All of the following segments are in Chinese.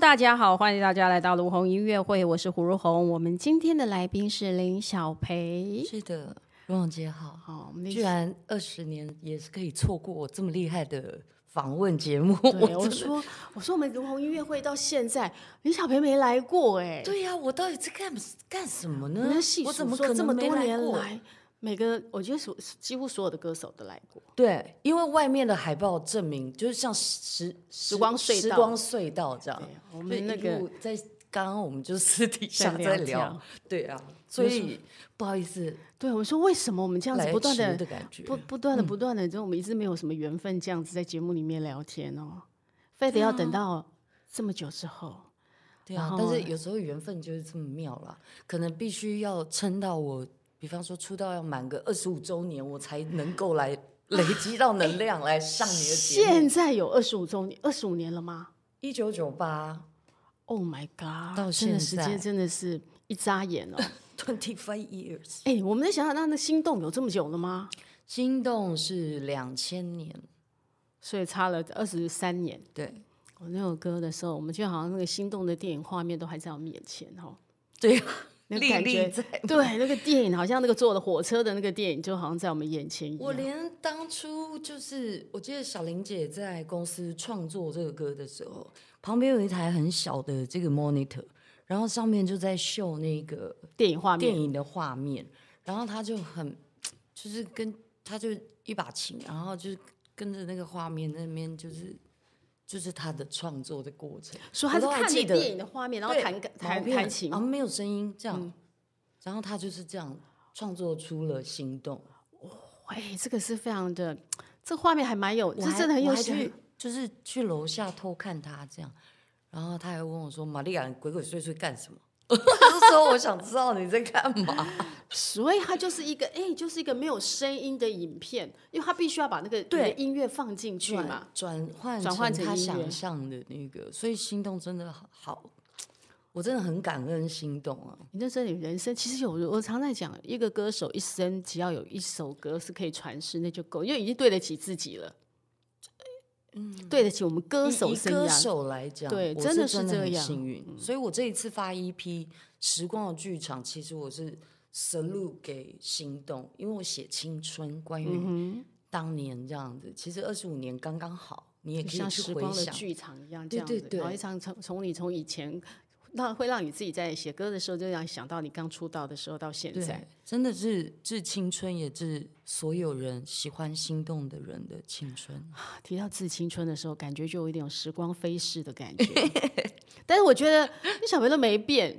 大家好，欢迎大家来到卢红音乐会，我是胡如红。我们今天的来宾是林小培。是的，罗永杰好，好，我们的居然二十年也是可以错过这么厉害的访问节目， 对我真的说，我说我们卢红音乐会到现在，林小培没来过哎、对呀、我到底在干干什么嗯我们呢的戏？我怎数么说可这能么没多年过？来，每个我觉得所几乎所有的歌手都来过。对，因为外面的海报证明，就是像时时光隧道时光隧道这样对。我所以们那一个路在刚刚我们就私底下在在聊聊，对啊，所以不好意思，对，我说为什么我们这样子来不断迟的嗯的感觉不不断的不断的，就我们一直没有什么缘分，这样子在节目里面聊天哦，非得要等到这么久之后。对然啊后，但是有时候缘分就是这么妙啦，可能必须要撑到我，比方说出道要满个二十五周年，我才能 够来累积到能量来上你的节目。现在有二十五周年，二十五年了吗一九九八？Oh my god！到真的现时间在真的是一眨眼哦。 ，twenty five years，哎、我们在想想，那那心动有这么久了吗？心动是两千年，所以差了二十三年。对我那首歌的时候，我们就好像那个心动的电影画面都还在我们眼前哦。对啊， 那个历感觉历在 对，那个电影好像那个坐的火车的那个电影，就好像在我们眼前一我样。连当初就是，我记得小玲姐在公司创作这个歌的时候，旁边有一台很小的这个 monitor，然后上面就在秀那个电影画面电，影的画面，然后她就很就是跟她就一把琴，然后就是跟着那个画面那边就是就是她的创作的过程，说他我是都还看着记得电影的画面，然后对弹弹毛片哦弹琴嗯然。后没有声音这样，然后她就是这样创作出了心动。哎，这个是非常的，这画面还蛮有，我这还真的很我有还趣去。，就是去楼下偷看他这样，然后他还问我说：“玛丽亚，你鬼鬼祟祟干什么？” 我就说：“我想知道你在干嘛。所以它就是一个哎、就是一个没有声音的影片，因为它必须要把那个你的对音乐放进去嘛转”。转换转换成他音乐想象的那个，所以心动真的好好，我真的很感恩心动啊。你那时候你人生其实有，我常在讲，一个歌手一生只要有一首歌是可以传世，那就够，因为已经对得起自己了，嗯，对得起我们歌以手啊以生歌涯。手来讲，对我真的是是真这很样嗯幸运。所以我这一次发 EP《时光的剧场》，其实我是 salute 给心动，因为我写青春，关嗯于当年这样子，其实二十五年刚刚好，你也可以像去时回光的想。剧场一样，这对样子，对对然后一场从从你从以前，那会让你自己在写歌的时候，就让你想到你刚出道的时候到现在对。，真的是致青春，也致所有人喜欢心动的人的青春。提到致青春的时候，感觉就有一点时光飞逝的感觉。但是我觉得你小培都没变，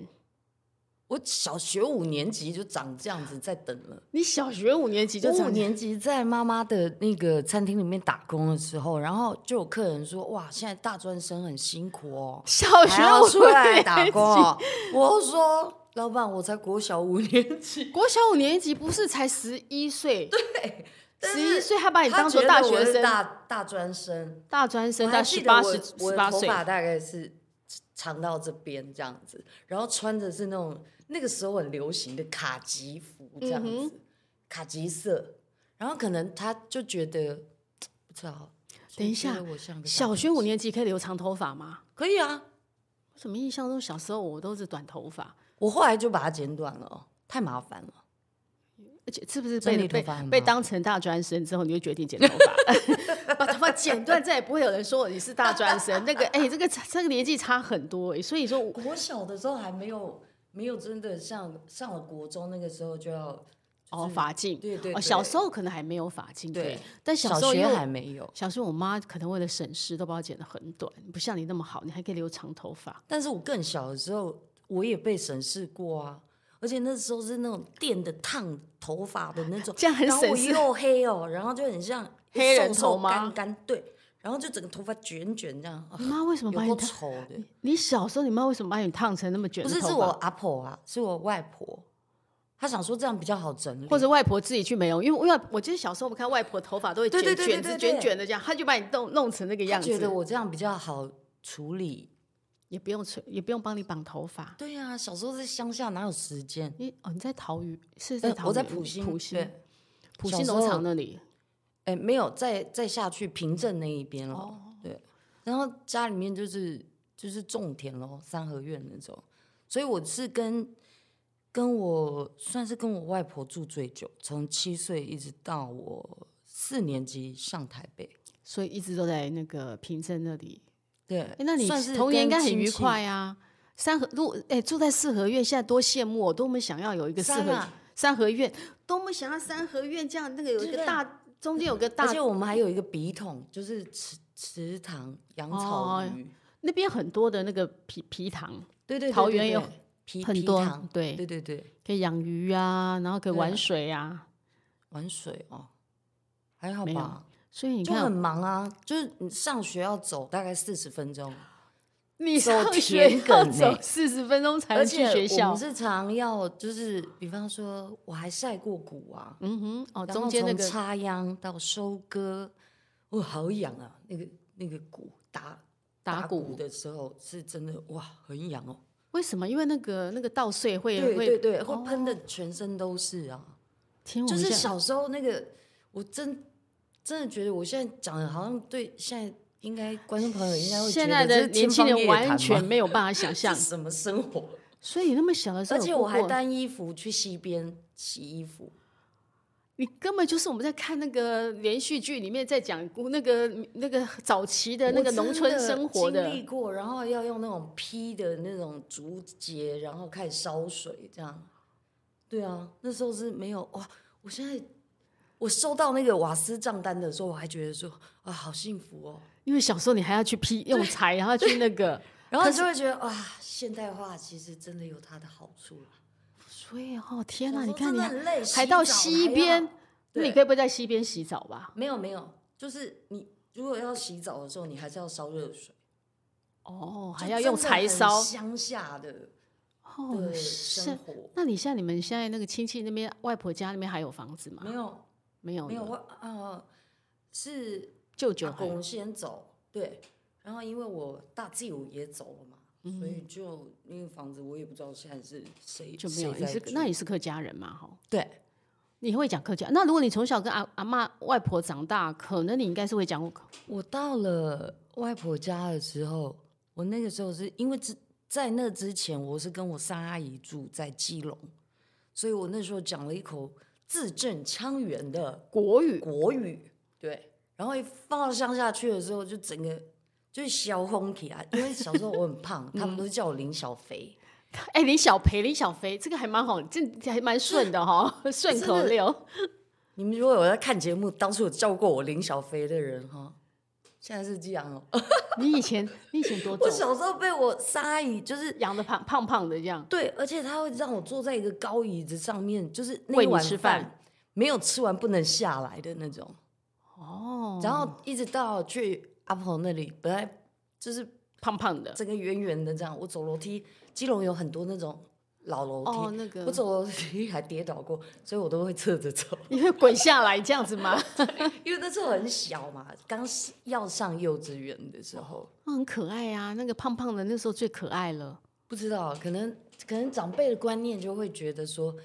我小学五年级就长这样子，在等了。你小学五年级就我五长年级在妈妈的那个餐厅里面打工的时候，然后就有客人说：“哇，现在大专生很辛苦哦，小还学要五出来年打级工。”哦。我说：“老板，我才国小五年级。国小五年级不是才十一岁？对，十一岁他把”你他当做觉大得我学是生、大大专生，大专我生，还到记十得八、我十我十的八头岁。发大概是长到这边这样子，然后穿的是那种那个时候很流行的卡其服这样子，嗯卡其色，然后可能他就觉得不知道。等一就觉下得我像个大小学五年级可以留长头发吗？可以啊，我怎么印象中小时候我都是短头发，我后来就把它剪短了哦，太麻烦了。而且是不是整被理被头发很麻被烦当成大专生之后，你就决定剪头发， 把头发剪断，再也不会有人说你是大专生。那个哎、这个这个年纪差很多、哎所以说我国小的时候还没有没有真的像上了国中那个时候就要哦发镜，对对哦对小时候可能还没有发镜，对但小时候学又还没有，小时候我妈可能为了省事都把我剪得很短，不像你那么好，你还可以留长头发。但是我更小的时候我也被审视过啊，而且那时候是那种电的烫头发的那种， 这样很然后省我事又黑哦，然后就很像黑人头瘦瘦吗干干对，然后就整个头发卷卷这样，啊你妈为什么把有你够烫？丑的。你小时候你妈为什么把你烫成那么卷不的是，头发？是我阿婆啊，是我外婆，她想说这样比较好整理，或者外婆自己去美容，因为因为我记得小时候我们看外婆头发都会卷对对对对卷子对对卷卷的这样，她就把你弄弄成那个她样觉得子，我这样比较好处理。也不用吹，也不用帮你绑头发。对啊，小时候在乡下哪有时间？你哦，你在桃园是在呃桃园、我在普兴，普对兴，普小兴时农候场那里。哎，哦没有，再再下去平镇那一边了。对，然后家里面就是就是种田咯，三合院那种。所以我是跟跟我算是跟我外婆住最久，从七岁一直到我四年级上台北。所以一直都在那个平镇那里。对，哎，那你算是童年应该跟很愉亲戚快啊。三合路，哎，住在四合院，现在多羡慕哦，多么想要有一个四三合啊三合院，多么想要三合院这样，那个有一对个对大中间有个大而且我们还有一个笔筒，就是池池塘养草哦鱼，那边很多的那个皮皮塘，对对对，桃对园对有皮很皮多塘，对对对对，可以养鱼啊，然后可以对玩啊水啊。玩水哦，还好没有吧？所以你就看很，忙啊，就是你上学要走大概四十分钟，你走上学田要埂走欸四十分钟才而能去且学我校们。是常要就是，比方说我还晒过谷啊，嗯哼，哦，然后中间那从个插秧到收割，哇，好痒啊！那个那个鼓打打鼓鼓，的时候是真的哇，很痒哦。为什么？因为那个那个稻穗会对会对对，会哦喷的全身都是啊。天，我就们是现在小时候那个，我真真的觉得我现在讲的好像对现在应该观众朋友应该会觉现得在这的是年天轻方人夜完谭全吗没有办法想 这象，什么生活，所以你那么小的时候而有且过过，我还带衣服去溪边洗衣服。你根本就是我们在看那个连续剧里面在讲那个那个早期的那我个农真村的生活经历的，过，然后要用那种劈的那种竹节，然后开始烧水这样。对啊，那时候是没有哇！我现在我收到那个瓦斯账单的时候，我还觉得说啊，好幸福哦。因为小时候你还要去劈用柴，然后去那 个，然后可就会觉得哇，现代化其实真的有它的好处啦。所以哦天哪，小你时候看你真的还很累，还洗到澡溪还边要，那你对该不会在溪边洗澡吧？没有没有，就是你如果要洗澡的时候，你还是要烧热水，哦，就还要真用的柴很烧乡下的哦，的是生。活那你像你们现在那个亲戚那边外婆家那边还有房子吗？没有没哦有了，没有我呃是舅舅阿还公先走，对，然后因为我大舅也走了嘛，所以就那个房子我也不知道现在是谁嗯就没有，谁你在是住那也是客家人嘛，哈。对你会讲客家？那如果你从小跟阿阿妈、外婆长大，可能你应该是会讲我到了外婆家的时候，我那个时候是因为之在那之前，我是跟我三阿姨住在基隆，所以我那时候讲了一口字正腔圆的国语。国语，对。然后一放到乡下去的时候，就整个就是小红体啊，因为小时候我很胖，他们都叫我林小肥， 哎，林小培、林小飞，这个还蛮好，这还蛮顺的哈、 顺口溜。你们如果有在看节目，当初有叫过我林小肥的人哈，现在是这样哦。你以前你以前多我重？小时候被我三阿姨就是养的胖胖胖的这样，对，而且他会让我坐在一个高椅子上面，就是那喂一你碗吃饭饭没有吃完不能下来的那种。哦，然后一直到去阿婆那里，本来就是胖胖的 整个圆圆的这样，我走楼梯，基隆有很多那种老楼梯，哦，那个我走楼梯还跌倒过，所以我都会侧着走，你会滚下来这样子吗？因为那时候很小嘛，刚是要上幼稚园的时候，那很可爱啊，那个胖胖的那时候最可爱了。不知道，可能可能长辈的观念就会觉得说，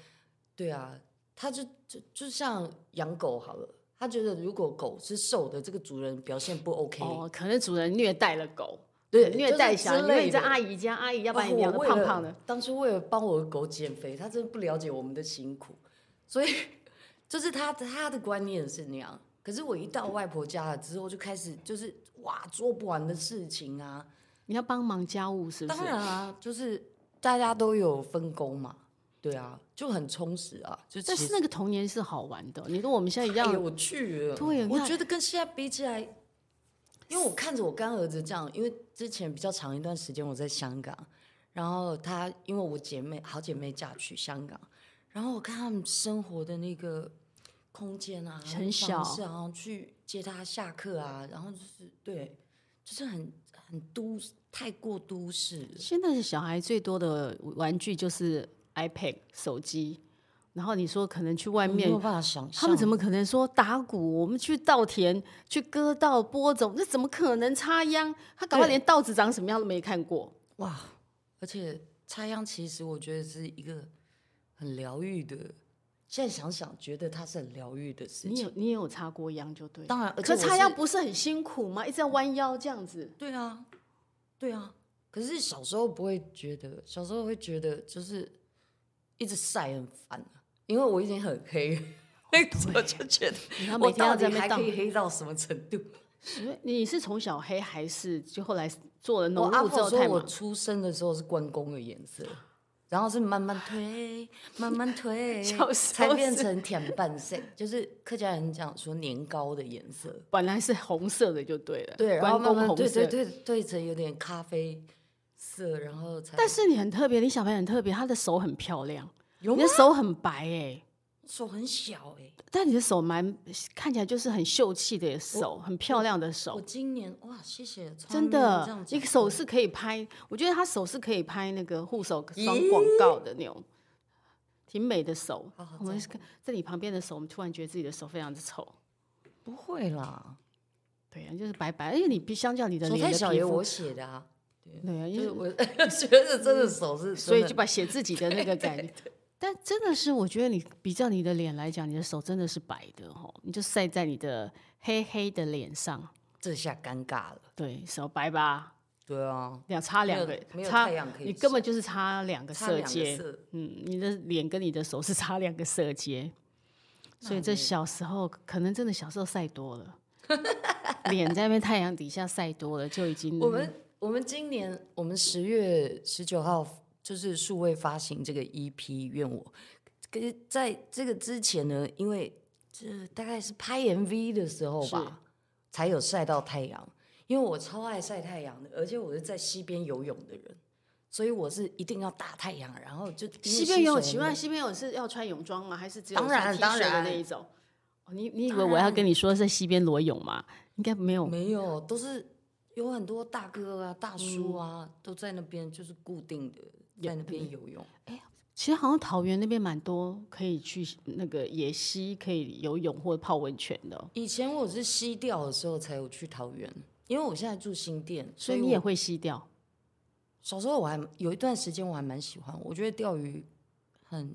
对啊，他就就就像养狗好了，他觉得如果狗是瘦的，这个主人表现不 OK，、哦，可能主人虐待了狗，对，虐待小小，因为你在阿姨家，阿姨要把你养的胖胖的。。当初哦为了帮我的狗减肥，他真的不了解我们的辛苦，所以 就是他他的观念是那样。可是我一到外婆家了之后，就开始就是哇做不完的事情啊，你要帮忙家务是不是？当然啊，就是大家都有分工嘛，对啊，就很充实啊。就但其是实哎那个童年是好玩的，你跟我们现在一样太，有趣了，对你我看觉得跟现在比起来，因为我看着我干儿子这样，因为之前比较长一段时间我在香港，然后他因为我姐妹好姐妹嫁去香港，然后我看他们生活的那个空间啊，很小然后去接他下课啊，然后就是对，就是很很都太过都市了。现在的小孩最多的玩具就是 iPad 手机，然后你说可能去外没面有。办法想象，他们怎么可能说打鼓？我们去稻田去割稻播种，那怎么可能插秧？他搞不好对连稻子长什么样都没看过。哇？而且插秧其实我觉得是一个很疗愈的，现在想想觉得它是很疗愈的事你情。有你也有插过秧就对了，当然，而且可呃我插秧是不是很辛苦吗？一直要弯腰这样子，对啊，对啊。可是小时候不会觉得，小时候会觉得就是一直晒很烦、啊，因为我已经很黑了， 你哦我就觉得要每我天要到底在那还边可荡以。黑到什么程度？所以你是从小黑还是就后来做了我农阿务之婆后说太我忙？出生的时候是关公的颜色，然后是慢慢推，慢慢 推小，时候才变是成甜半色，就是客家人讲说年糕的颜色。本来是红色的就对了，对，然后关慢公慢红对色对。对对成有点咖啡色，然后才。但是你很特别，你小朋友很特别，他的手很漂亮，有你吗的？手很白哎、手很小哎、但你的手蛮看起来就是很秀气的手，很漂亮的手我。今年哇，谢谢，从来真没有人这的样，你讲手过是可以拍，我觉得他手是可以拍那个护手霜广告的那种，挺美的手好好。我们照看在你旁边的手，我们突然觉得自己的手非常的丑。不会啦，对啊，就是白白，而且你比相较你的手脸太的小皮也肤我，写的啊，对啊，因就为是我 觉得真的手是真的，所以就把写自己的那个感觉。 但真的是，我觉得你比较你的脸来讲，你的手真的是白的哦，你就晒在你的黑黑的脸上，这下尴尬了。对手白吧？对啊，两差两没有个没有差太阳可以你根本就是差两个差色两个阶。色，嗯，你的脸跟你的手是差两个色 阶，所以那这也小时候可能真的小时候晒多了， 脸在那边太阳底下晒多了就已经我们我们今年我们十月十九号就是数位发行这个 EP，愿我。可是在这个之前呢，因为这大概是拍 MV 的时候是吧，才有晒到太阳。因为我超爱晒太阳的，而且我是在溪边游泳的人，所以我是一定要大太阳，然后就因为西边游泳，溪水请很问冷西边游泳是要穿泳装吗？还是只有当穿然 T 当恤的那然一种？哦你你以当为我要然跟你说在西边裸泳吗？应该没有，没有，都是有很多大哥啊、大嗯叔啊、都在那边，就是固定的在那边游泳。其实好像桃园那边蛮多可以去那个野溪可以游泳或者泡温泉的哦，以前我是西调的时候才有去桃园，因为我现在住新店，所所以以你也我会吸掉。小时候我还有一段时间我还蛮喜欢，我觉得钓鱼很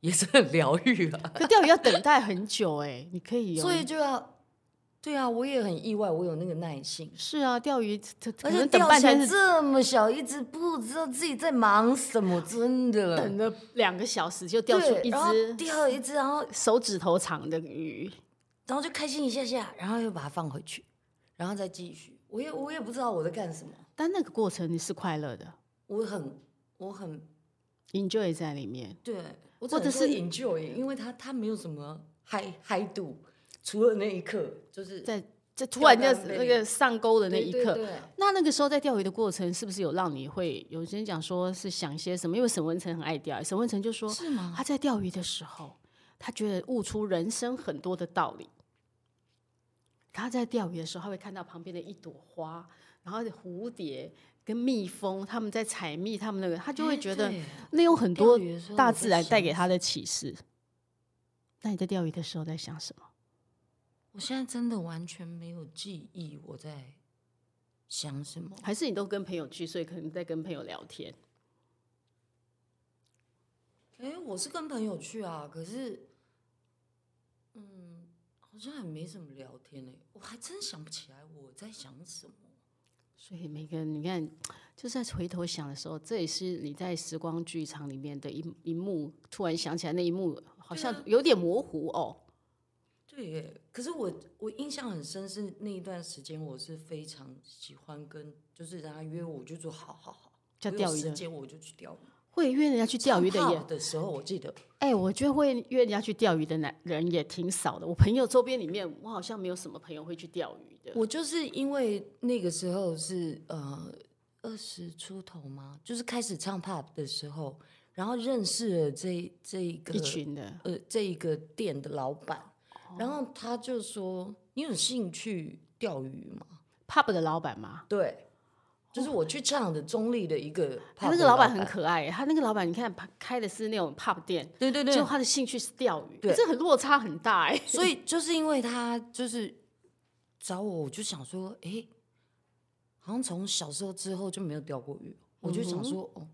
也是很疗愈啊，可钓鱼要等待很久哎、你可以有所以就要对啊，我也很意外，我有那个耐性，是啊，钓鱼这可而能且等钓半起来天是这么小一只，不知道自己在忙什么，真的等了两个小时就钓出对，一然后只钓一只，然后手指头长的鱼，然后就开心一下下，然后又把它放回去，然后再继续，我也我也不知道我在干什么，但那个过程你是快乐的我很我很，enjoy 在里面。对，我或或者者是是 enjoy，因啊为他他没有什么嗨嗨度，除了那一刻就是在这突钓然就竿被那个上钩的那对一对刻。对那那个时候在钓鱼的过程，是不是有让你会有些人讲说是想些什么？因为沈文成很爱钓鱼，沈文成就说是吗？他在钓鱼的时候，他觉得悟出人生很多的道理。他在钓鱼的时候，他会看到旁边的一朵花，然后蝴蝶跟蜜蜂，他们在采蜜，他们那个，他就会觉得哎对那有很多钓鱼的时候大我自在然带想给他的启示。那你在钓鱼的时候在想什么？我现在真的完全没有记忆我在想什么，还是你都跟朋友去，所以可能在跟朋友聊天？哎，我是跟朋友去啊，可是嗯，好像也没什么聊天哎，我还真想不起来我在想什么。所以每个人，你看，就是在回头想的时候，这也是你在时光剧场里面的一一幕，突然想起来那一幕，好啊像有点模糊哦。对耶，可是我我印象很深是那一段时间，我是非常喜欢跟，就是人家约我，我就说好好好，叫我有钓鱼时的，间我就去钓鱼。会约人家去钓鱼的泡也，的时候，我记得哎、我觉得会约人家去钓鱼的男人也挺少的。我朋友周边里面，我好像没有什么朋友会去钓鱼的。我就是因为那个时候是呃二十出头嘛，就是开始唱 pop 的时候，然后认识了这这一哦个一群的，呃这一个店的老板，然后他就说你有兴趣钓鱼吗？ pub 的老板嘛，对，就是我去唱的中立的一个 pub 他那个的老老板很可爱、他那个老板你看开的是那种 pub 店，对对结对果，他的兴趣是钓鱼，对这很落差很大 哎、所以就是因为他就是找我，我就想说，诶，好像从小时候之后就没有钓过鱼，我就嗯想说，哦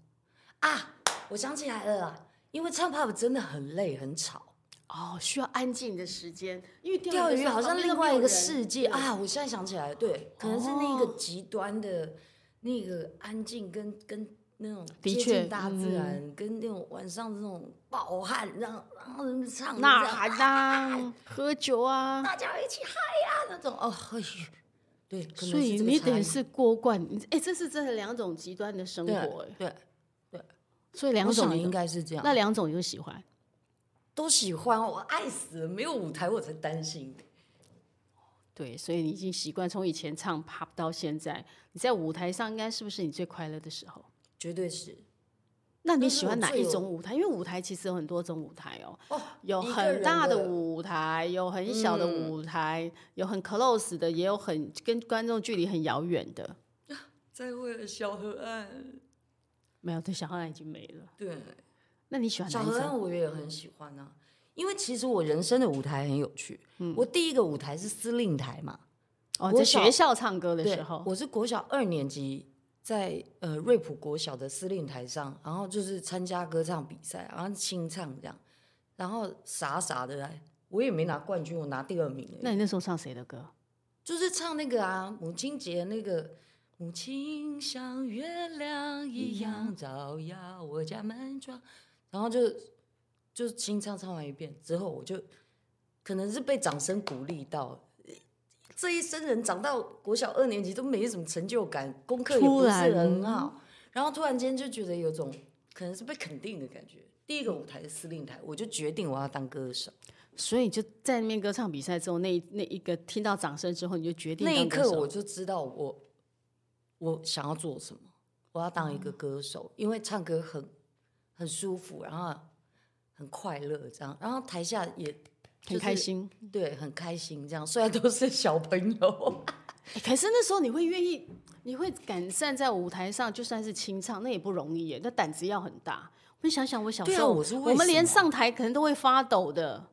啊，我想起来了啦，因为唱 pub 真的很累很吵，哦，需要安静的时间，因为钓钓的鱼时候好旁像边都另没外有一个啊人世界。啊！我现在想起来了，对，可能是那哦个极端的那个安静跟跟那种的接近确嗯大自然，跟那种晚上这种暴汗，让让人唱呐这样喊啊，喝酒啊，大家一起嗨呀、那种哦，嘿，对， 可能所以这个你差等于异是过惯，哎，这是真的两种极端的生对活，哎，对，所以两我种想你应都该是这样，那两种你就喜欢，都喜欢，我爱死了，没有舞台我才担心。对，所以你已经习惯从以前唱 pop 到现在，你在舞台上应该是不是你最快乐的时候？绝对是那你那是喜我欢哪最一有种舞台？因为舞台其实有很多种舞台哦，哦，有一个很人大的的舞台，有很小的嗯舞台，有很 close 的，也有很跟观众距离很遥远的。再会了，小河岸。没有，对，小汉已经没了。对，那你喜欢哪小一河种？岸我也很喜欢啊，因为其实我人生的舞台很有趣。我第一个舞台是司令台嘛，哦，国在小学校唱歌的对时候，我是国小二年级，在呃瑞普国小的司令台上，然后就是参加歌唱比赛，然后清唱这样，然后傻傻的来，我也没拿冠军，我拿第二名而已。那你那时候唱谁的歌？就是唱那个啊，母亲节那个。母亲像月亮一样照耀我家门窗，然后就就清唱唱完一遍之后，我就可能是被掌声鼓励到，这一生人长到国小二年级都没什么成就感，功课也不突是然很好，然后突然间就觉得有种可能是被肯定的感觉。第一个舞台是司令台，我就决定我要当歌手。所以就在那边歌唱比赛之后，那一那一个听到掌声之后，你就决定那一当歌刻手我就知道我我想要做什么，我要当一个歌手，因为唱歌很很舒服，然后很快乐这样，然后台下也、就是、很开，心。对，很开心这样。虽然都是小朋友， 哎可是那时候你会愿意，你会敢站在舞台上，就算是清唱，那也不容易耶，那胆子要很大。我就想想我小对啊时候，我是为们什连么上台可能都会发抖的。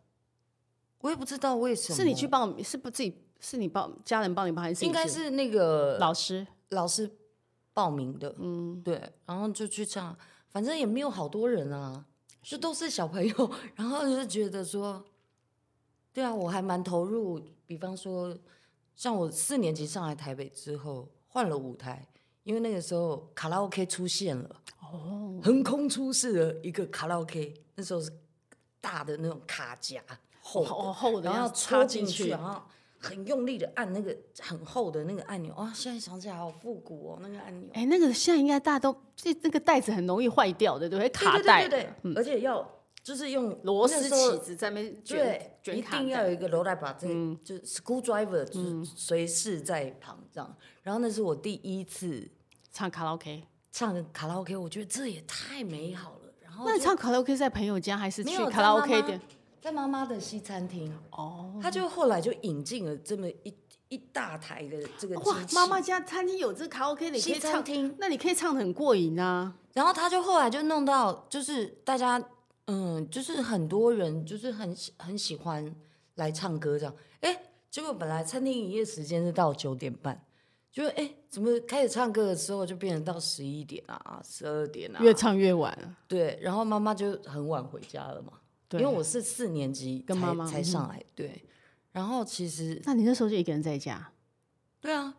我也不知道为什么，是你去帮我们，是不自己，是你帮家人帮你报，还是你应该自己是那个老师？老师报名的，嗯，对，然后就去唱，反正也没有好多人啊，就都是小朋友， 然后就觉得说，对啊，我还蛮投入。比方说，像我四年级上来台北之后，换了舞台，因为那个时候卡拉 OK 出现了，哦，横空出世了一个卡拉 OK，那时候是大的那种卡夹，厚的厚厚的，然后要戳插进进去，然后很用力的按那个很厚的那个按钮。哇、现在想起来好复古哦，那个按钮。哎，那个现在应该大家都这那个袋子很容易坏掉的，对不对？卡对带嗯对对对对，而且要就是用螺丝那时起候子在那边卷对，卷一卡定要带。嗯有一个罗带把这就是 screwdriver 就是随侍在旁这样。然后那是我第一次唱卡拉 OK，唱卡拉 OK，我觉得这也太美好了。然后那你哦就唱卡拉 OK 在朋友家还是没去有卡拉在妈 OK 妈店？在妈妈的西餐厅，哦，他就后来就引进了这么一一大台的这个哇机，器妈妈家餐厅有这卡拉 OK 的，你可以西餐唱，厅。那你可以唱的很过瘾啊。然后他就后来就弄到，就是大家，嗯，就是很多人就是很喜很喜欢来唱歌这样。哎，结果本来餐厅营业时间是到九点半，就哎怎么开始唱歌的时候就变成到十一点啊、十二点啊。越唱越晚，对，然后妈妈就很晚回家了嘛，因对为我是四年级跟才妈嗯妈才上来，对。然后其实那你那时候就一个人在家，对啊，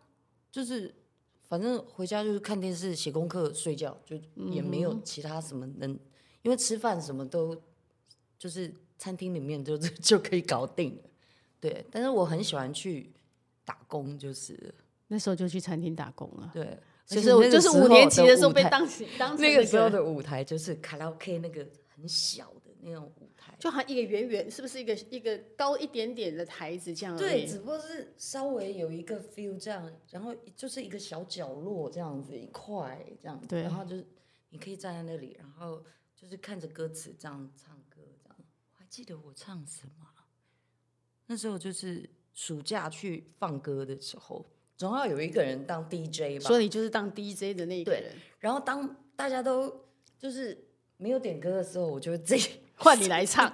就是反正回家就是看电视、写功课、睡觉，就也没有其他什么能，因为吃饭什么都就是餐厅里面 就就可以搞定了。对，但是我很喜欢去打工，就是了那时候就去餐厅打工了。对。其而实且我那个就是时五年级的时候舞被台当起当成那个时候的舞台就是卡拉 OK 那个很小的那种舞台，就好像一个圆圆，是不是一个一个高一点点的台子这样而对，已只不过是稍微有一个 feel 这样，然后就是一个小角落这样子一块这样，对然后就是你可以站在那里，然后就是看着歌词这样唱歌这样。我还记得我唱什么啊，那时候就是暑假去放歌的时候，总要有一个人当 DJ 吧，所以你就是当 DJ 的那一个对人，然后当大家都就是没有点歌的时候，我就会自己换你来 唱。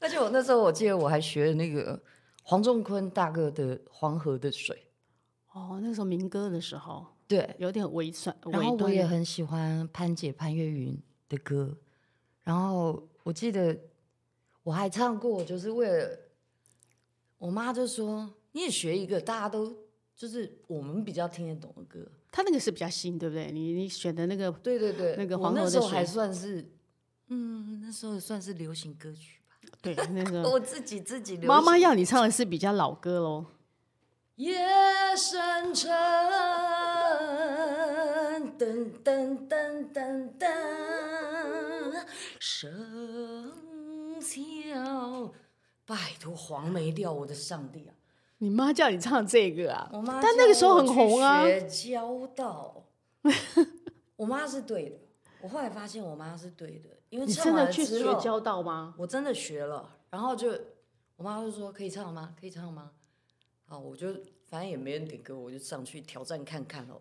而且我那时候我记得我还学那个黄仲坤大哥的《黄河的水》。 哦，那时候民歌的时候对，有点微酸，然后微我端也的很喜欢潘姐潘越云的歌，然后我记得我还唱过，就是为了我妈就说你也学一个，大家都就是我们比较听得懂的歌。他那个是比较新，对不对？你你选的那个对对对，那个我皇后那的时候水还算是，嗯，那时候算是流行歌曲吧。对 那个 我自己自己流行嗯妈妈要你唱的是比较老歌喽。夜深沉，噔噔噔噔噔，笙箫。拜托，黄梅调，我的上帝啊！你妈叫你唱这个啊？我妈但那个叫时候我很去红啊。学交道，我妈是对的。我后来发现我妈是对的，因为你唱真完的了去之学后交道吗？我真的学了，然后就我妈就说可以唱吗？可以唱吗？好，我就反正也没人点歌，我就上去挑战看看咯。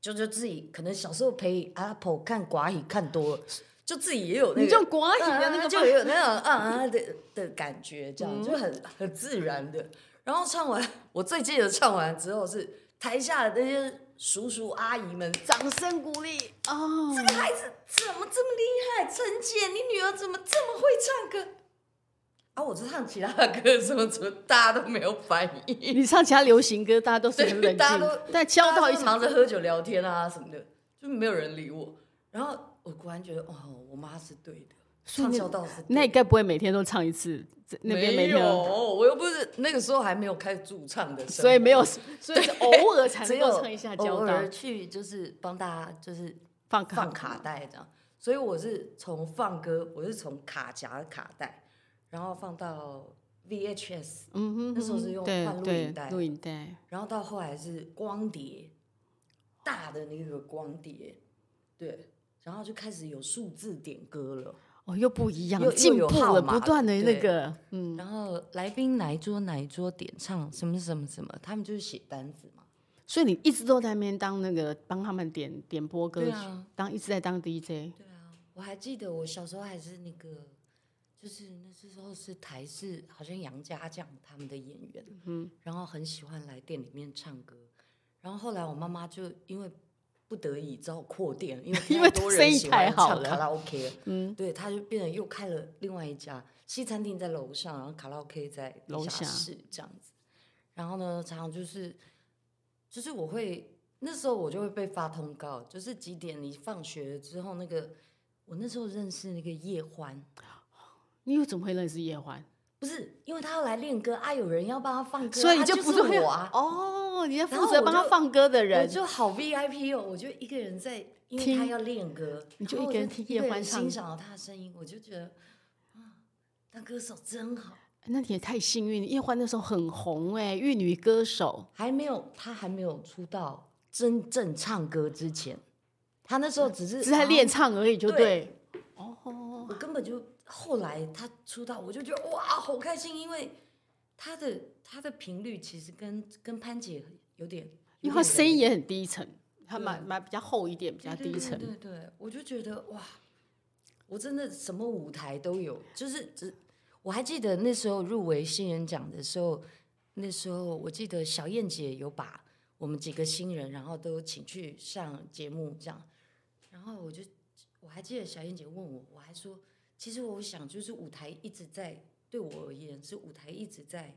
就就自己可能小时候陪阿婆看寡语看多了，就自己也有那你个这种寡语的那啊个嗯就有那种啊啊的的感觉，这样就很很自然的。然后唱完，我最记得唱完之后是台下的那些叔叔阿姨们掌声鼓励哦，这孩子怎么这么厉害？陈姐，你女儿怎么这么会唱歌？啊，我就唱其他的歌，怎么怎么大家都没有反应？你唱其他流行歌，大家都是对很冷 大家静都，但交道大一家都场，忙着喝酒聊天啊什么的，就没有人理我。然后我果然觉得，哦，我妈是对的，所以唱那交道是对那的你该不会每天都唱一次？这那边每没天有，都，我又不是那个时候还没有开始驻唱的生活，所以没有，所以是 偶尔才只能有够唱一下偶交道尔，去就是帮大家就是放卡放卡带这样。所以我是从放歌，我是从卡夹的卡带，然后放到 VHS，嗯哼，那时候是用对换录对影带录影带，然后到后来是光碟，大的那个光碟，对，然后就开始有数字点歌了。哦，又不一样又，进又有步号了，码不断的那对个，嗯，然后来宾哪一桌哪一桌点唱什么什么什么，他们就是写单子嘛。所以你一直都在那边当那个帮他们点点播歌对曲，啊当一直在当 DJ，对啊，我还记得我小时候还是那个，就是那时候是台视，好像杨家将他们的演员，嗯，然后很喜欢来店里面唱歌，然后后来我妈妈就因为不得已只好扩店， 因为因为太多生人意喜欢太好唱了卡拉 OK 了，嗯，对，她就变成又开了另外一家西餐厅在楼上，然后卡拉 OK 在地楼下下室这样子，然后呢，常常就是就是我会那时候我就会被发通告，就是几点你放学之后那个，我那时候认识那个叶欢，你又怎么会认识叶欢？不是因为他要来练歌啊，有人要帮他放歌啊，所以啊你就不是会我啊，哦，你要然负后责我帮他就放歌的我人，就好 VIP 哦，我就一个人在，因为听他要练歌，你就然后一个我人听一个叶人欢唱欣赏了他的声音，我就觉得啊，当歌手真好。那你也太幸运了。叶欢那时候很红哎、玉女歌手，还没有，他还没有出道真正唱歌之前，他那时候只是只是在啊练唱而已，就对对。哦，我根本就后来他出道，我就觉得哇，好开心，因为他的他的频率其实跟跟潘姐有点，因为有他点声音也很低沉，他对蛮蛮比较厚一点，比较低沉。对对对对我就觉得哇，我真的什么舞台都有，就是只我还记得那时候入围新人奖的时候，那时候我记得小燕姐有把我们几个新人，然后都请去上节目这样，然后我就我还记得小燕姐问我，我还说，其实我想就是舞台一直在对我而言是舞台一直在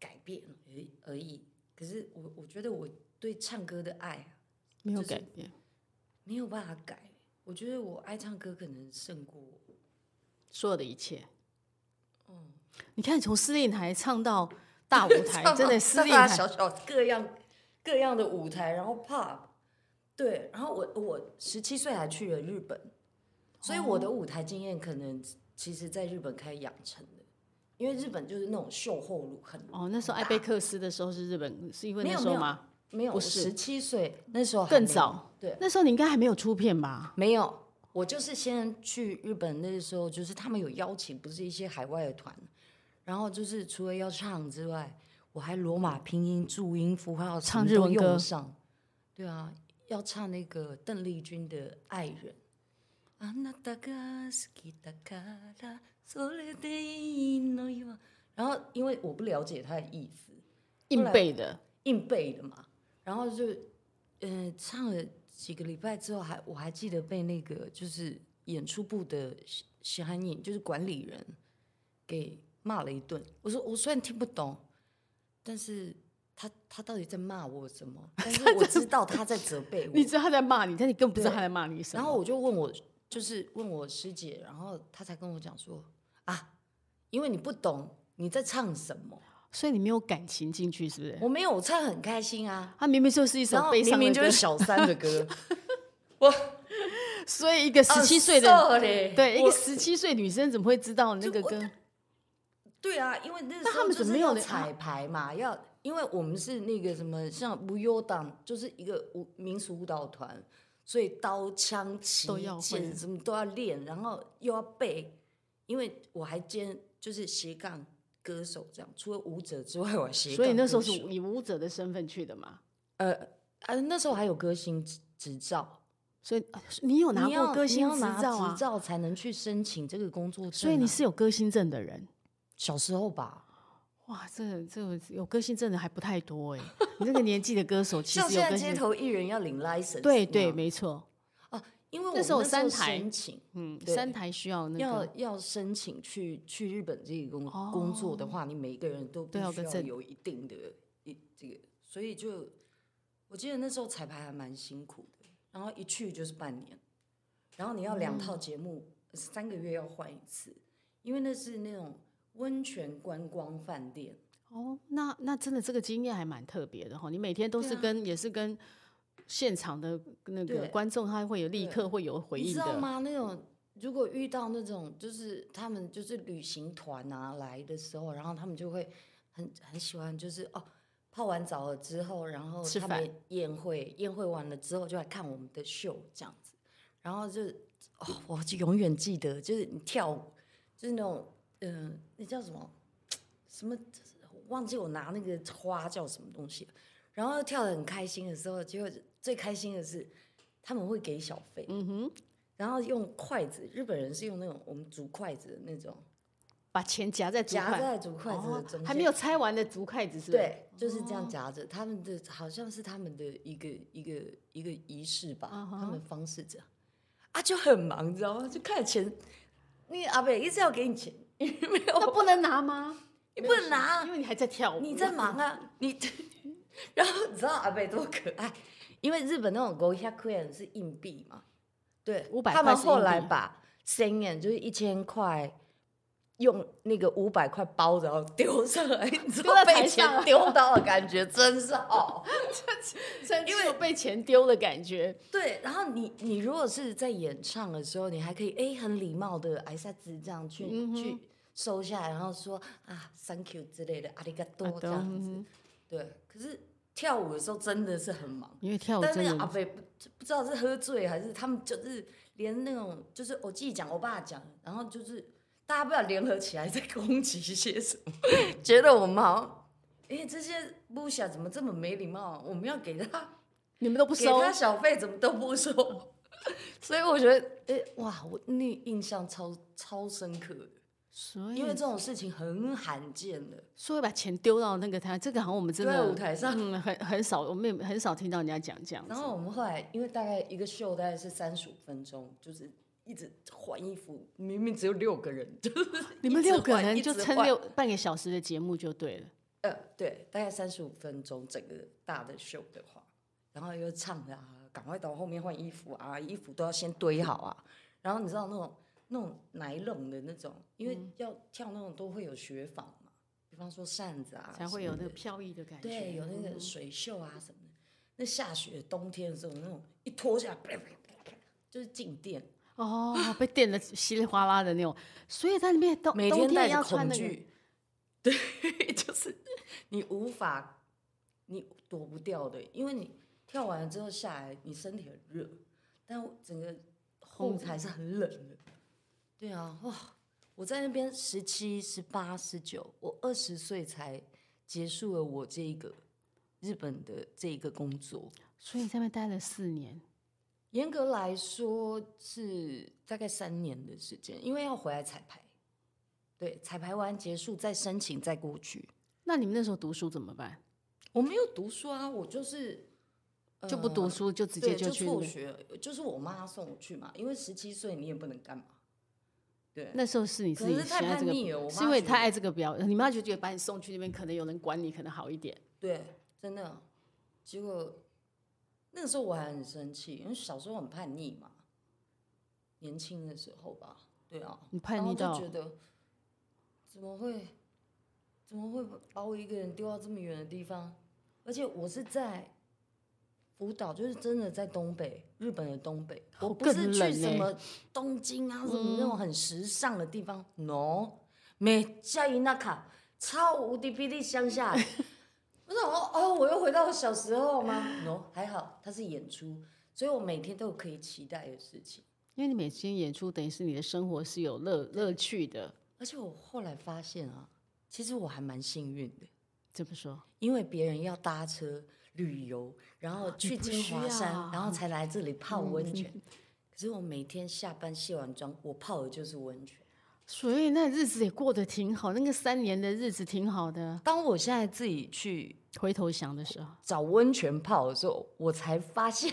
改变而而已，可是我我觉得我对唱歌的爱啊、没有就是改变，没有办法改。我觉得我爱唱歌可能胜过我所有的一切。你看从司令台唱到大舞 台，真的司大令大台啊小小各样各样的舞台，然后 pop，对，然后我我十七岁还去了日本，所以我的舞台经验可能其实在日本开始养成的，因为日本就是那种秀后路很哦，那时候艾贝克斯的时候是日 本，是因为没那有时候吗？没有，不我是十七岁那时候还更没有早，对，那时候你应该还没有出片吧？没有，我就是先去日本那个时候，就是他们有邀请，不是一些海外的团，然后就是除了要唱之外，我还罗马拼音、注音符号唱什么都日文用歌得上。对啊，要唱那个邓丽君的《爱人》。啊あなたが好きだからそれでいいのよ。然后因为我不了解他的意思，硬背的，硬背的嘛，然后就呃唱了几个礼拜之后还，我还记得被那个就是演出部的喜喜欢你就是管理人给骂了一顿。我说我虽然听不懂，但是他他到底在骂我 什么？但是我知道他在责备你我。知道他在骂你，但你更不知道他在骂你什么。然后我就问我，就是问我师姐，然后她才跟我讲说啊，因为你不懂你在唱什么，所以你没有感情进去，是不是？我没有，我唱很开心啊。他明明就是一然首后悲伤明的歌，明就是小三的歌，我所以一个呃十七岁的，的嘞，对一我个十七岁女生怎么会知道那个歌？对啊，因为那时那他啊候们就怎么是没有要人彩排嘛，要因为我们是那个什么像无忧党，就是一个舞民俗舞蹈团，所以刀枪旗都要会剑什么都要练，然后又要背，因为我还兼就是斜杠歌手这样，除了舞者之外，我还斜杠歌手。所以那时候是以舞者的身份去的嘛。呃啊，那时候还有歌星执执照，所以啊你有拿你要过歌你星要执拿照啊执？照才能去申请这个工作证啊、所以你是有歌星证的人。小时候吧。哇，这这有歌星证的还不太多 哎、你这个年纪的歌手其像实有现在歌街星，头艺人要领 license，对那对，样没错，啊，因为我那时候们三台申请，嗯，对三台需要那要个，哦要申请去去日本这个工、工作的话，你每个人都必都要须个要证有一定的一这个，所以就我记得那时候彩排还蛮辛苦的，然后一去就是半年，然后你要两嗯套节目，三个月要换一次，因为那是那种温泉观光饭店，哦，那那真的这个经验还蛮特别的哈，你每天都对是啊跟、也是跟现场的那个对观众，他会有立对刻会有回你应知道的，吗？那种如果遇到那种就是他们就是旅行团啊来的时候，然后他们就会很很喜欢，就是哦，泡完澡了之后，然后吃他们宴会，宴会完了之后就来看我们的秀这样子，然后就哦，我就永远记得，就是你跳舞，就是那种嗯、呃那叫什么什么，我忘记我拿那个花叫什么东西了，然后跳的很开心的时候，结果最开心的是他们会给小费。嗯哼，然后用筷子，日本人是用那种我们竹筷子的那种，把钱夹在竹夹筷在竹筷子的哦中间，还没有哦拆完的竹筷子是不是？对，就是这样夹着。他们的好像是他们的一个一个一个仪式吧嗯哼他们方式这样啊，就很忙，你知道吗？就看钱，那个阿伯一直要给你钱， 那不能拿吗？你不能拿啊，因为你还在跳舞，你在忙啊，你。然后你知道阿贝多可爱，因为日本那种 g o h a k u n 是硬币嘛，对， 500块他们是后硬来币把 sen 就是一千块，用那个五百块包着，然后丢上来，你知丢道到被台上啊钱了丢 到的感觉真是哦。甚至有被钱丢的感觉。对，然后你你如果是在演唱的时候，你还可以哎很礼貌的挨下子这样去、嗯哼去收下来，然后说啊 thank you 之类的，阿里嘎多这样子。嗯哼对，可是跳舞的时候真的是很忙，因为跳舞但真是那个阿啊的伯不不知道是喝醉还是他们就是连那种就是我自己讲，我爸讲，然后就是大家不要联合起来在攻击一些什 么，觉得我们好像。哎、这些部下怎么这么没礼貌、啊？我们要给他你们都不给收他，小费，怎么都不收？ 所以我觉得，哎、哇，我那印象超超深刻的，所以因为这种事情很罕见的，所以把钱丢到那个台，这个好像我们真在舞的台上嗯很很少，我们也很少听到人家讲这样子然。后我们后来，因为大概一个秀大概是三十五分钟，就是一直换衣服，明明只有六个人，就是 你们一直六个换人一就直撑换六半个小时的节目就对了。呃，对，大概三十五分钟整个大的秀的话，然后又唱的啊，赶快到后面换衣服啊，衣服都要先堆好啊。然后你知道那种那种奶笼的那种，因嗯为要跳那种都会有雪纺嘛，比方说扇子啊，才会有那个飘逸的感觉。对，有那哦个水袖啊什么的。那下雪冬天的时候，那种一脱下来，啪啪啪啪就是静电。哦，被电的稀里哗啦的那种，所以在里面冬每哦冬天带天着要穿恐那个，惧， 对，就是你无法，你躲不掉的，因为你跳完了之后下来，你身体很热，但整个后空台是很冷的。对啊，哇！我在那边十七、十八、十九，我二十岁才结束了我这一个日本的这一个工作。所以你在那边待了四年。严格来说是大概三年的时间，因为要回来彩排，对，彩排完结束再申请再过去。那你们那时候读书怎么办？我没有读书啊，我就是就不读书，就直直接呃就去那辍个学，就是我妈送我去嘛，因为十七岁你也不能干嘛，对，那时候是你自可己是太喜欢这叛个，逆了，我妈是因为觉太得爱这个表演，你妈就觉得把你送去那边，可能有人管你，可能好一点。对，真的。结果那个时候我还很生气，因为小时候很叛逆嘛，年轻的时候吧，对啊，你叛逆然到后就觉得怎么会怎么会把我一个人丢到这么远的地方？而且我是在福岛，就是真的在东北，日本的东北，哦我不是更去冷什欸嗯么东京啊，什么那种很时尚的地方。no，美加伊那卡超无敌霹雳乡 下欸。我想哦哦，我又回到我小时候吗？no，还好它是演出，所以我每天都有可以期待的事情。因为你每天演出，等于是你的生活是有乐乐趣的。而且我后来发现啊，其实我还蛮幸运的，怎么说？因为别人要搭车旅游，然后去不金需华山，要然后才来这里泡温泉。 可是我每天下班卸完妆，我泡的就是温泉。所以那日子也过得挺好，那个三年的日子挺好的。当我现在自己去回头想的时候，找温泉泡的时候，我才发现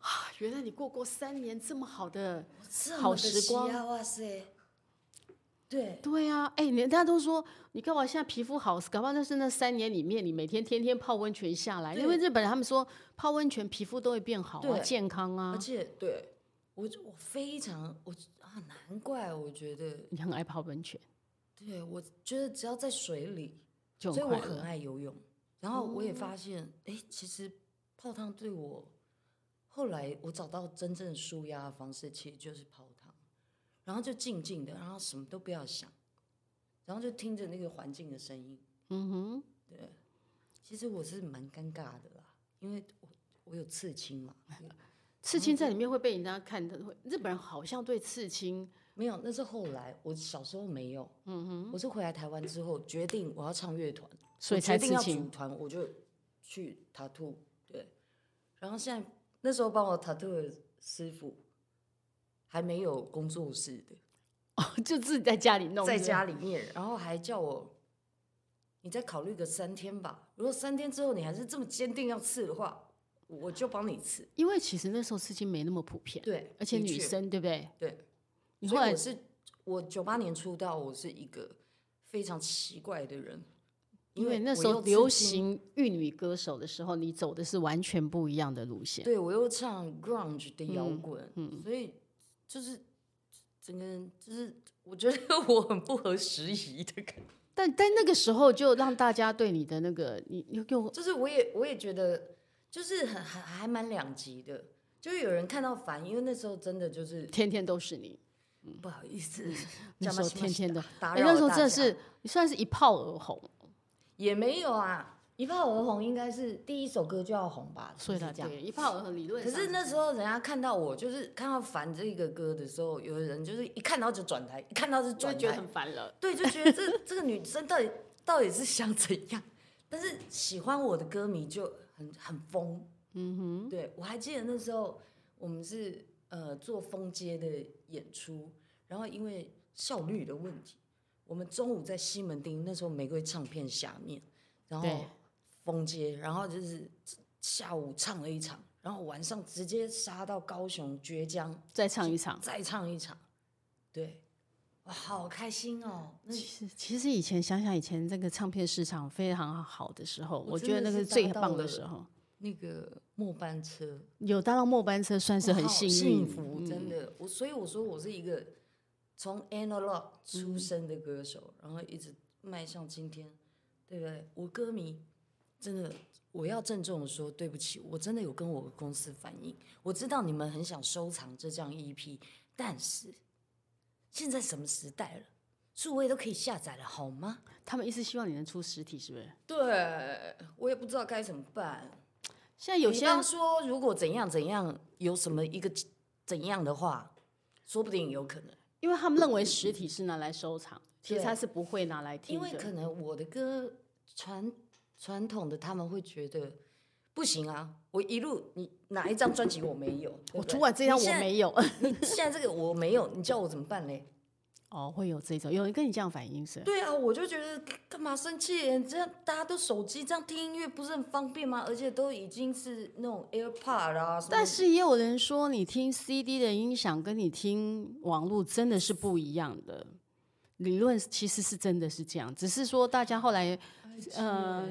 啊，原来你过过三年这么好的。这好么的时光喜啊哇塞！对，对啊，哎、你大家都说你干嘛现在皮肤好，搞不好就是那三年里面你每天天天泡温泉下来，因为日本人他们说泡温泉皮肤都会变好啊，对健康而啊。且对我就我非常我啊，难怪我觉得，你很爱泡温泉，对我觉得只要在水里，就所以很我快很乐。哦爱游泳。然后我也发现，哎、其实泡汤对我，后来我找到真正舒压的方式，其实就是泡汤，然后就静静的，然后什么都不要想，然后就听着那个环境的声音。嗯哼，其实我是蛮尴尬的啦，因为我我有刺青嘛，刺青在里嗯面会被人家看的，会日本人好像对刺青没有，那是后来我小时候没有，嗯哼，我是回来台湾之后决定我要唱乐团，所以我才决定要刺青组团，我就去塔兔，对，然后现在那时候帮我塔兔的师傅还没有工作室的，哦， 就自己在家里弄，在哦对不对家里面，然后还叫我，你再考虑个三天吧，如果三天之后你还是这么坚定要刺的话，我就帮你刺，因为其实那时候刺青没那么普遍，对，而且的女确生对不对？对，你所后以来我是我九八年出道，我是一个非常奇怪的人，因为为那我时候又刺流青，行玉女歌手的时候，你走的是完全不一样的路线。对我又唱 grunge 的摇滚，所以就是整个人就是我觉得 我很不合时宜的感觉，但但那个时候就让大家对你的那个，你你又就是我也我也觉得就是很还还蛮两极的。就是有人看到烦，因为那时候真的就是天天都是你，不好意思，那时候天天都，打哎、扰了那时候大真的家是你算是一炮而红，也没有啊，一炮而红应该是第一首歌就要红吧，所以是啦，不是这样。对，一炮而红理论可上。是那时候人家看到我，就是看到《烦》这个歌的时候，有的人就是一看到就转台，一看到就就转会觉得台很，烦了，对，就觉得这这个女生到底到底是想怎样？但是喜欢我的歌迷就很很疯，嗯哼，对我还记得那时候我们是呃做风街的演出，然后因为效率的问题，我们中午在西门町那时候玫瑰唱片下面，然后对风街，然后就是下午唱了一场，然后晚上直接杀到高雄绝江再唱一场。再唱一场，对，哇，好开心哦！那其实其实以前想想，以前这个唱片市场非常好的时候，我真觉得的那是个搭最到棒的了时候，那个末班车有搭到末班车算是哇很好幸运，嗯幸福，真的。我所以我说我是一个从 analog 嗯出生的歌手，然后一直迈向今天，对不对？我歌迷真的，我要郑重的说对不起，我真的有跟我公司反映，我知道你们很想收藏这张 EP，但是现在什么时代了，数位都可以下载了，好吗？他们一直希望你能出实体，是不是？对我也不知道该怎么办。现在有比些方人说，如果怎样怎样，有什么一个怎样的话，说不定有可能，因为他们认为实体是拿来收藏，其实对他是不会拿来听因的。为可能我的歌传传统的他们会觉得不行啊，我一路你哪一张专辑我没有，对我不对主管这张你我现在没有， 你现在这个我没有，你叫我怎么办嘞？哦，会有这种，有人跟你这样反应是？对啊，我就觉得干嘛生气？这样大家都手机这样听音乐不是很方便吗？而且都已经是那种 AirPod 啦、啊，什么但是也有人说，你听 CD 的音响跟你听网络真的是不一样的。理论其实是真的是这样，只是说大家后来，呃，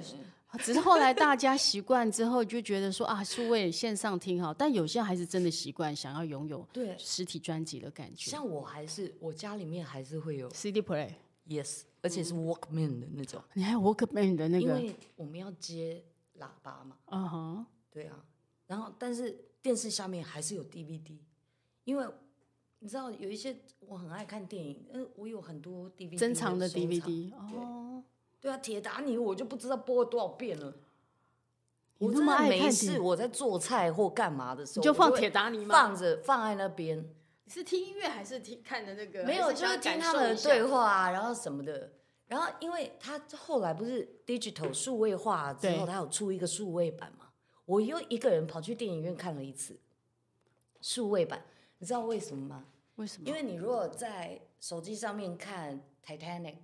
只是后来大家习惯之后，就觉得说啊，数位线上听好，但有些还是真的习惯想要拥有对实体专辑的感觉。像我还是我家里面还是会有 CD play， yes，而且是 Walkman 的那种，你还有 Walkman 的嗯那因个，为我们要接喇叭嘛，嗯哼，对啊，然后但是电视下面还是有 DVD，因为你知道有一些我很爱看电影，嗯，我有很多 DVD 珍藏的收 DVD 对哦，对啊，铁达尼我就不知道播了多少遍了。你我那真么的爱没看事，铁我在做菜或干嘛的时候，你就我放会铁达尼吗放着放在那边，你是听音乐还啊是听看的那个？没有，就是听他们的对话啊，然后什么的。然后，因为他后来不是 digital 数位化之对后，他有出一个数位版嘛，我又一个人跑去电影院看了一次数位版，你知道为什么吗？为什么？因为你如果在手机上面看 Titanic，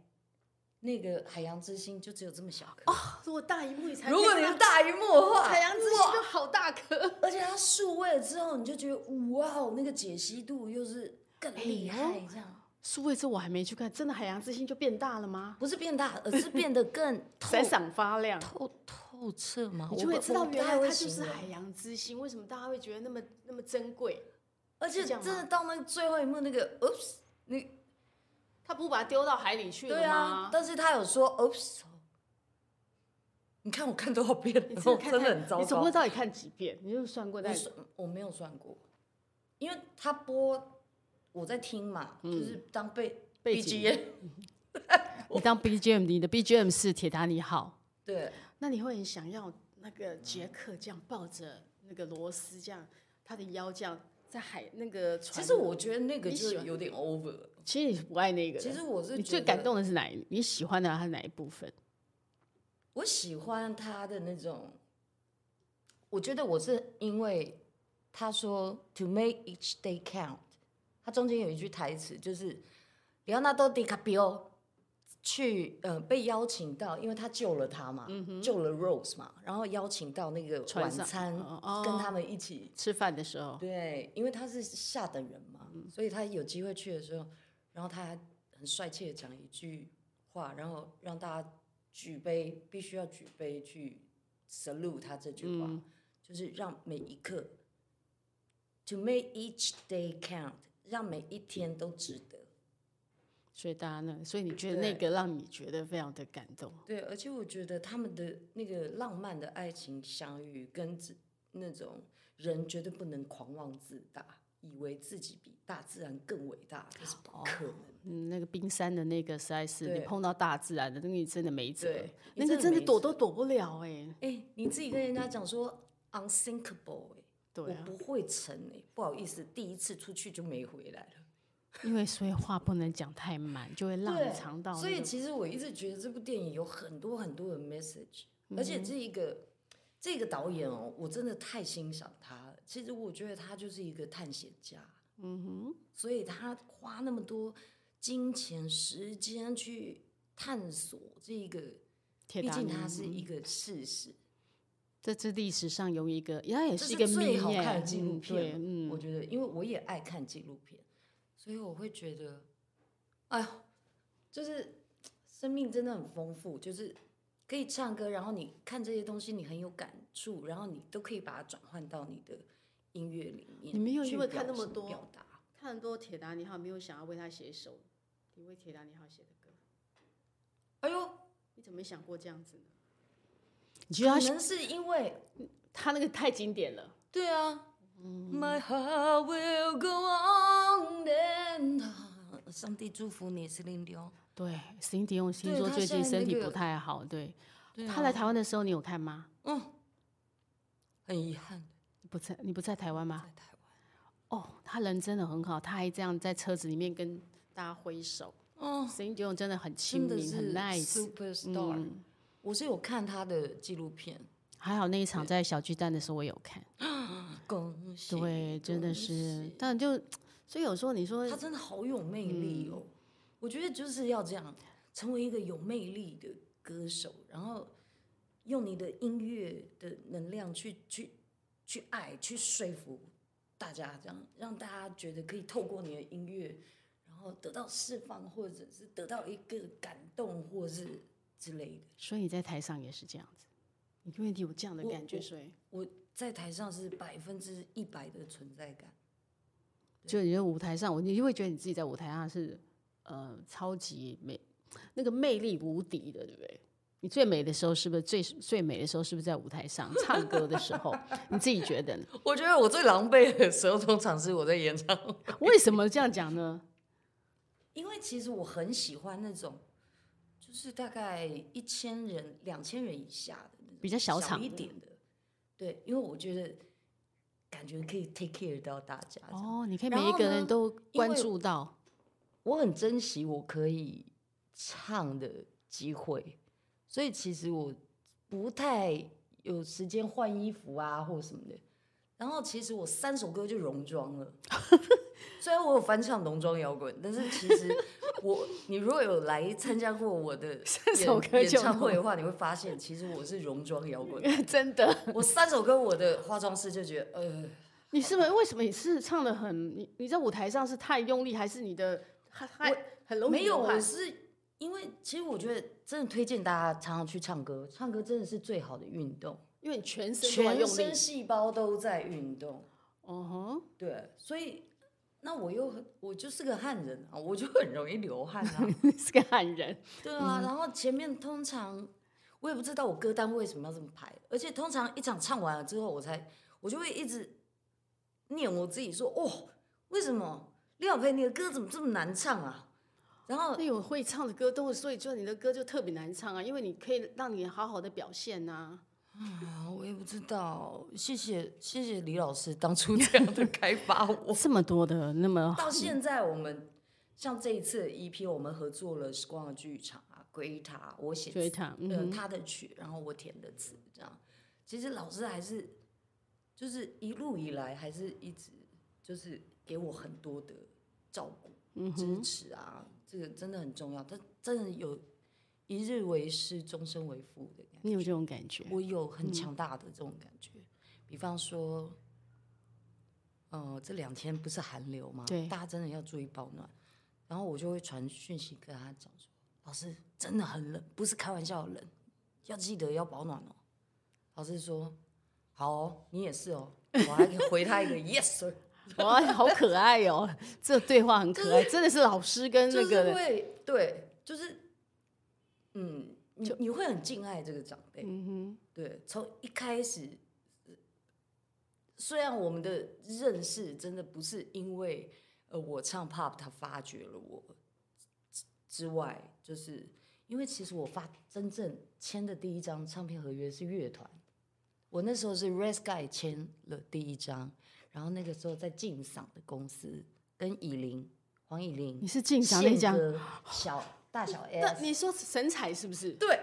那个海洋之心就只有这么小颗。哦如果大荧幕你才如果你是大荧幕的话， 海洋之心就好大颗，而且它数位了之后，你就觉得哇哦，那个解析度又是更厉哎害，呦这样数位这我还没去看，真的海洋之心就变大了 吗？不是变大，而是变得 更透闪闪发亮，透透彻吗？你我就会不知道我不原来太它会就形是容海洋之心，为什么大家会觉得那么那么珍贵？而且是这样吗真的到那个最后一幕那个 oops，你他不把它丢到海里去了对啊吗，？但是他有说 oops，你看我看多少遍你了，真的我看真的太很糟你总共糕。到底看几遍？你有算过我在算我没有算过，因为他播我在听嘛，就是当背嗯背景 BGM 你当 BGM，你的 BGM 是《铁达尼号对。》，那你会很想要那个杰克这样抱着那个罗斯这样，他的腰这样在海那个其船。实我觉得那个你就喜欢有点 over 了。其实你不爱那个的，其实我是你最觉感得动的是哪一？你喜欢的他哪一部分？我喜欢他的那种，我觉得我是因为他说 “to make each day count”，他中间有一句台词就是里奥纳多·迪卡比欧去呃被邀请到，因为他救了他嘛，救了 Rose 嘛，然后邀请到那个嗯船晚上餐哦哦跟他们一起吃饭的时候，对，因为他是下等人嘛，所以他有机会去的时候，然后他还很帅气的讲了一句话，然后让大家举杯，必须要举杯去 salute 他这句话，就是让每一刻，to make each day count，让每一天都值得。所以大家呢，所以你觉得对那个让你觉得非常的感动，对，而且我觉得他们的那个浪漫的爱情相遇，跟自那种人绝对不能狂妄自大，以为自己比大自然更伟大，这是不可能的。嗯，那个冰山的那个实在是你对碰到大自然的，那个你真的没辙对，你那个真的真的没躲辙都躲不了哎、哎、你自己跟人家讲说 unthinkable，哎、对啊我不会成哎、不好意思，第一次出去就没回来了。因为所以话不能讲太满，就会让你尝到那所以个其实我一直觉得这部电影有很多很多的 message，、嗯而且这一个这个导演哦，我真的太欣赏他了。其实我觉得他就是一个探险家，嗯哼，所以他花那么多金钱时间去探索这个，铁毕达竟尼。它是一个事实，这是历史上有一个，它嗯也这是一个最谜好耶看的纪录片了。嗯，我对，嗯，觉得，因为我也爱看纪录片，所以我会觉得，哎呦，就是生命真的很丰富，就是可以唱歌，然后你看这些东西，你很有感触，然后你都可以把它转换到你的音乐里面。你没有去因为看那表么现多表达，看很多铁达尼号，没有想要为他写一首你为铁达尼号写的歌，哎呦，你怎么没想过这样子呢？你觉得可他能是因为他那个太经典了，对啊、嗯 m y heart will go on and on。上帝祝福你，是林流。对，辛迪用听对说他最现近在身那体个不太好，对，啊对他来台湾的时候你有看吗？嗯，很遗憾你不在，你不在台湾在吗？台湾。哦，他人真的很好，他还这样在车子里面跟大家挥手。嗯，沈英勇真的很亲真的民，是很 nice。嗯 super star、我是有看他的纪录片，还好那一场在小巨蛋的时候我有看，恭喜！对，真的恭是喜，但就所以有时候你说他真的好有魅力哦、我觉得就是要这样，成为一个有魅力的歌手，然后用你的音乐的能量去去去爱，去说服大家，这样让大家觉得可以透过你的音乐，然后得到释放，或者是得到一个感动，或是之类的。所以你在台上也是这样子，因为你有这样的感觉，所以我在台上是百分之一百的存在感。就你觉得舞台上，我你就会觉得你自己在舞台上是呃超级美，那个魅力无敌的，对不对？你最美的时候是不是最最美的时候是不是在舞台上唱歌的时候？ 你自己觉得呢？我觉得我最狼狈的时候，通常是我在演唱会，为什么这样讲呢？因为其实我很喜欢那种，就是大概一千人、两千人以下的那种比较小场一的点啊的，对，因为我觉得感觉可以 take care 到大家这样。哦，你可以然每一后个人呢都关为注 到，我很珍惜我可以唱的机会，所以其实我不太有时间换衣服啊或什么的。然后其实我三首歌就戎 装了，虽然我有翻唱浓妆摇滚，但是其实我你如果有来参加过我 的三演首歌演就唱会的话，你会发现其实我是戎装摇滚。真的。我三首歌，我的化妆师就觉得呃。你是不是为什么你是唱的很你你在舞台上是太用力，还是你的汗汗很容易没有，流汗我是因为其实我觉得真的推荐大家常常去唱歌，唱歌真的是最好的运动，因为你全身都在全用力身。细胞都在运动。 哦对，所以那我又很我就是个汉人啊，我就很容易流汗 啊。哼，是个汉人，对啊，然后前面通常我也不知道我歌单为什么要这么排，而且通常一场唱完了之后，我才我就会一直念我自己说哦，为什么廖小佩你的歌怎么这么难唱啊？然后那有会唱的歌都会，所以就你的歌就特别难唱啊，因为你可以让你好好的表现呐、啊，我也不知道，谢谢谢谢李老师当初 这样的开发我。这么多的那么 到现在我们像这一次的 EP，我们合作了时光的剧场啊、归塔，我写追词，他，嗯呃，哼，他的曲，然后我填的词，这样。其实老师还是就是一路以来还是一直就是给我很多的照顾、嗯支持啊，这个真的很重要。他真的有一日为师，终身为父的感觉。你有这种感觉？我有很强大的这种感觉。比方说，呃，这两天不是寒流吗？对大家真的要注意保暖。然后我就会传讯息跟他讲说：“老师，真的很冷，不是开玩笑的冷，要记得要保暖哦。”老师说：“好哦，你也是哦。”我还可以回他一个 “yes sir”，啊哇，好可爱哦！这对话很可爱，真的是老师跟那就是个会对，就是嗯，你你会很敬爱这个长辈，嗯哼，对，从一开始，呃虽然我们的认识真的不是因为呃我唱 pop 他发掘了我之之外，就是因为其实我发真正签的第一张唱片合约是乐团，我那时候是 Red Sky 签了第一张，然后那个时候在进赏的公司跟以琳黄以琳你、是进赏那宪家，哥小大小 S，那你说神采是不是？对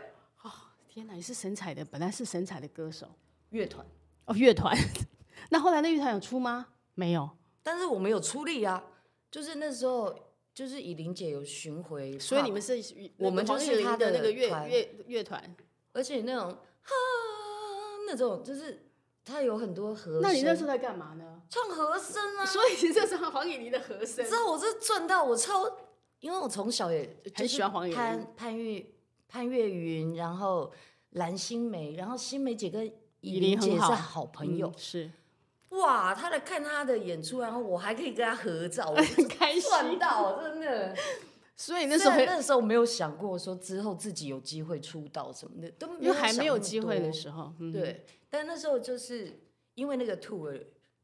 天哪，你是神采的，本来是神采的歌手。乐团，哦，乐团。 那后来那乐团有出吗？没有，但是我们有出力啊，就是那时候就是以玲姐有巡回，所以你，们是与那我个们就黄是韵玲他的的那个乐团乐乐团。而且那种哈那种就是它有很多和声，那你那时候在干嘛呢？唱和声啊，所以你这是黄以玲的和声你知。道我这赚到我超，因为我从小也就是很喜欢黄以玲潘潘玉潘越云，然后蓝心湄，然后心湄姐跟以玲玲很姐是好好朋友嗯，是哇，他来看他的演出，然后我还可以跟他 合照，我很开心。赚到真的。 所以那那时时候候很那时候没有想过说之后自己有机会出道什么的，都没因有为还没有想那么机会多的时候，嗯，对，但那时候就是因为那个 tour，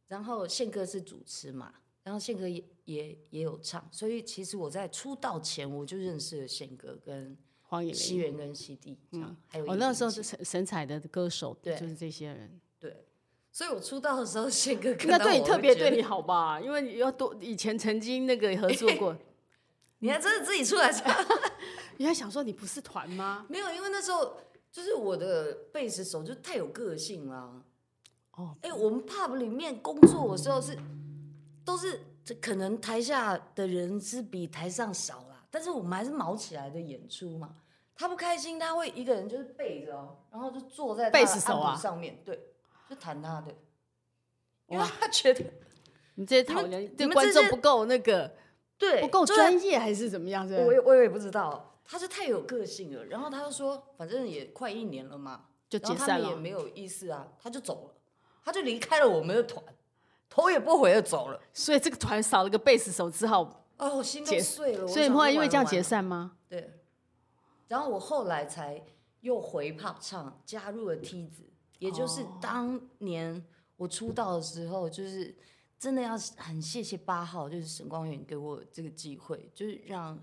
然后宪哥是主持嘛，然后宪哥也也也有唱，所以其实我在出道前我就认识了宪哥跟黄以西玲。元跟西弟这样，还有我伊那林时候姐是神神采的歌手，对就是这些人。对，所以我出道的时候宪哥看那到对你我特会别觉对得你，好吧？因为你要多以前曾经那个合作 过，你还真的自己出来唱。你还想说你不是团吗？没有，因为那时候就是我的贝斯手就太有个性啦。哦，哎、我们 pub 里面工作的时候是都是这可能台下的人是比台上少啦，但是我们还是毛起来的演出嘛。他不开心，他会一个人就是背着哦，然后就坐在他的贝斯手啊按钮上面，对，就弹他的，因为哇，他觉得你这些讨你人，们对这观众些不够那个。对不够就是专业还是怎么样？是不我是也我也不知道，他是太有个性了。然后他就说，反正也快一年了嘛，就然后解他散们也了。没有意思啊，他就走了，他就离开了我们的团，头也不回的走了。所以这个团少了个贝斯手，只好哦，我心都解碎了。我所以想后来说啊因为完这样了解完了散吗？对，然后我后来才又回 pop 唱，加入了梯子，也就是哦当年我出道的时候，就是真的要很谢谢八号，就是沈光远给我这个机会，就是让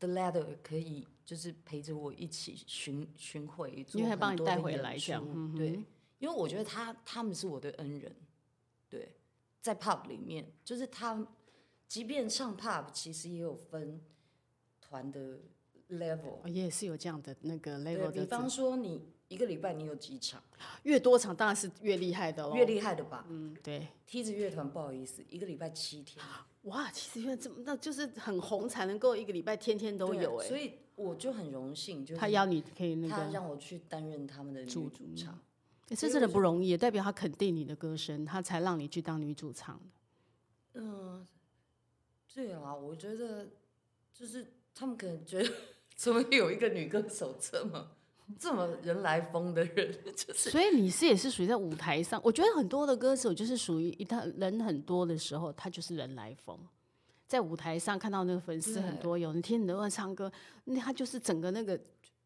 The Ladder 可以就是陪着我一起巡巡回，做因为他很帮你多带的回演来这样出嗯对哼，因为我觉得他他们是我的恩人，对，在 pop 里面，就是他，即便唱 pop，其实也有分团的 level，哦也是有这样的那个对 level 比的方字，说，你一个礼拜你有几场？越多场当然是越厉害的喽。越厉害的吧？哦嗯，对，梯子乐团不好意思，一个礼拜七天啊哇，其实原来这么，那就是很红才能够一个礼拜天天都对啊有哎、所以我就很荣幸，就是他邀你可以那他个，让我去担任他们的女主主唱。欸所这以真的我不容易，也代表他肯定你的歌声，他才让你去当女主唱。嗯，对啊，我觉得就是他们可能觉得 怎么有一个女歌手这么这么人来疯的人，就是所以你是也是属于在舞台上，我觉得很多的歌手就是属于一旦人很多的时候，他就是人来疯。在舞台上看到那个粉丝很对多，有人听你的歌唱歌，那他就是整个那个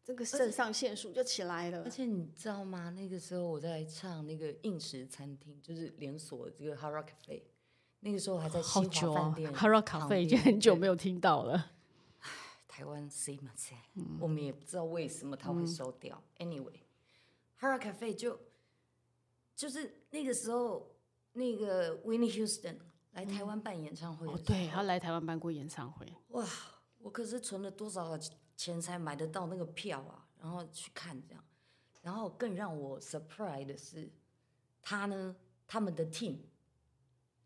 这个肾上腺素就起来了而。且你知道吗？那个时候我在唱那个应食餐厅，就是连锁的这个 Hara Cafe，那个时候还在好新久华啊饭店哈拉卡费已经旁边很久对没有听到了。台湾 C 嘛 C，我们也不知道为什么它嗯会收掉。Anyway，Hara Cafe 就就是那个时候那个 Winnie Houston 来台湾办演唱会的哦，时对，候他来台湾办过演唱会，哇，我可是存了多少钱才买得到那个票啊？然后去看这样，然后更让我 surprise 的是，他呢，他们的 team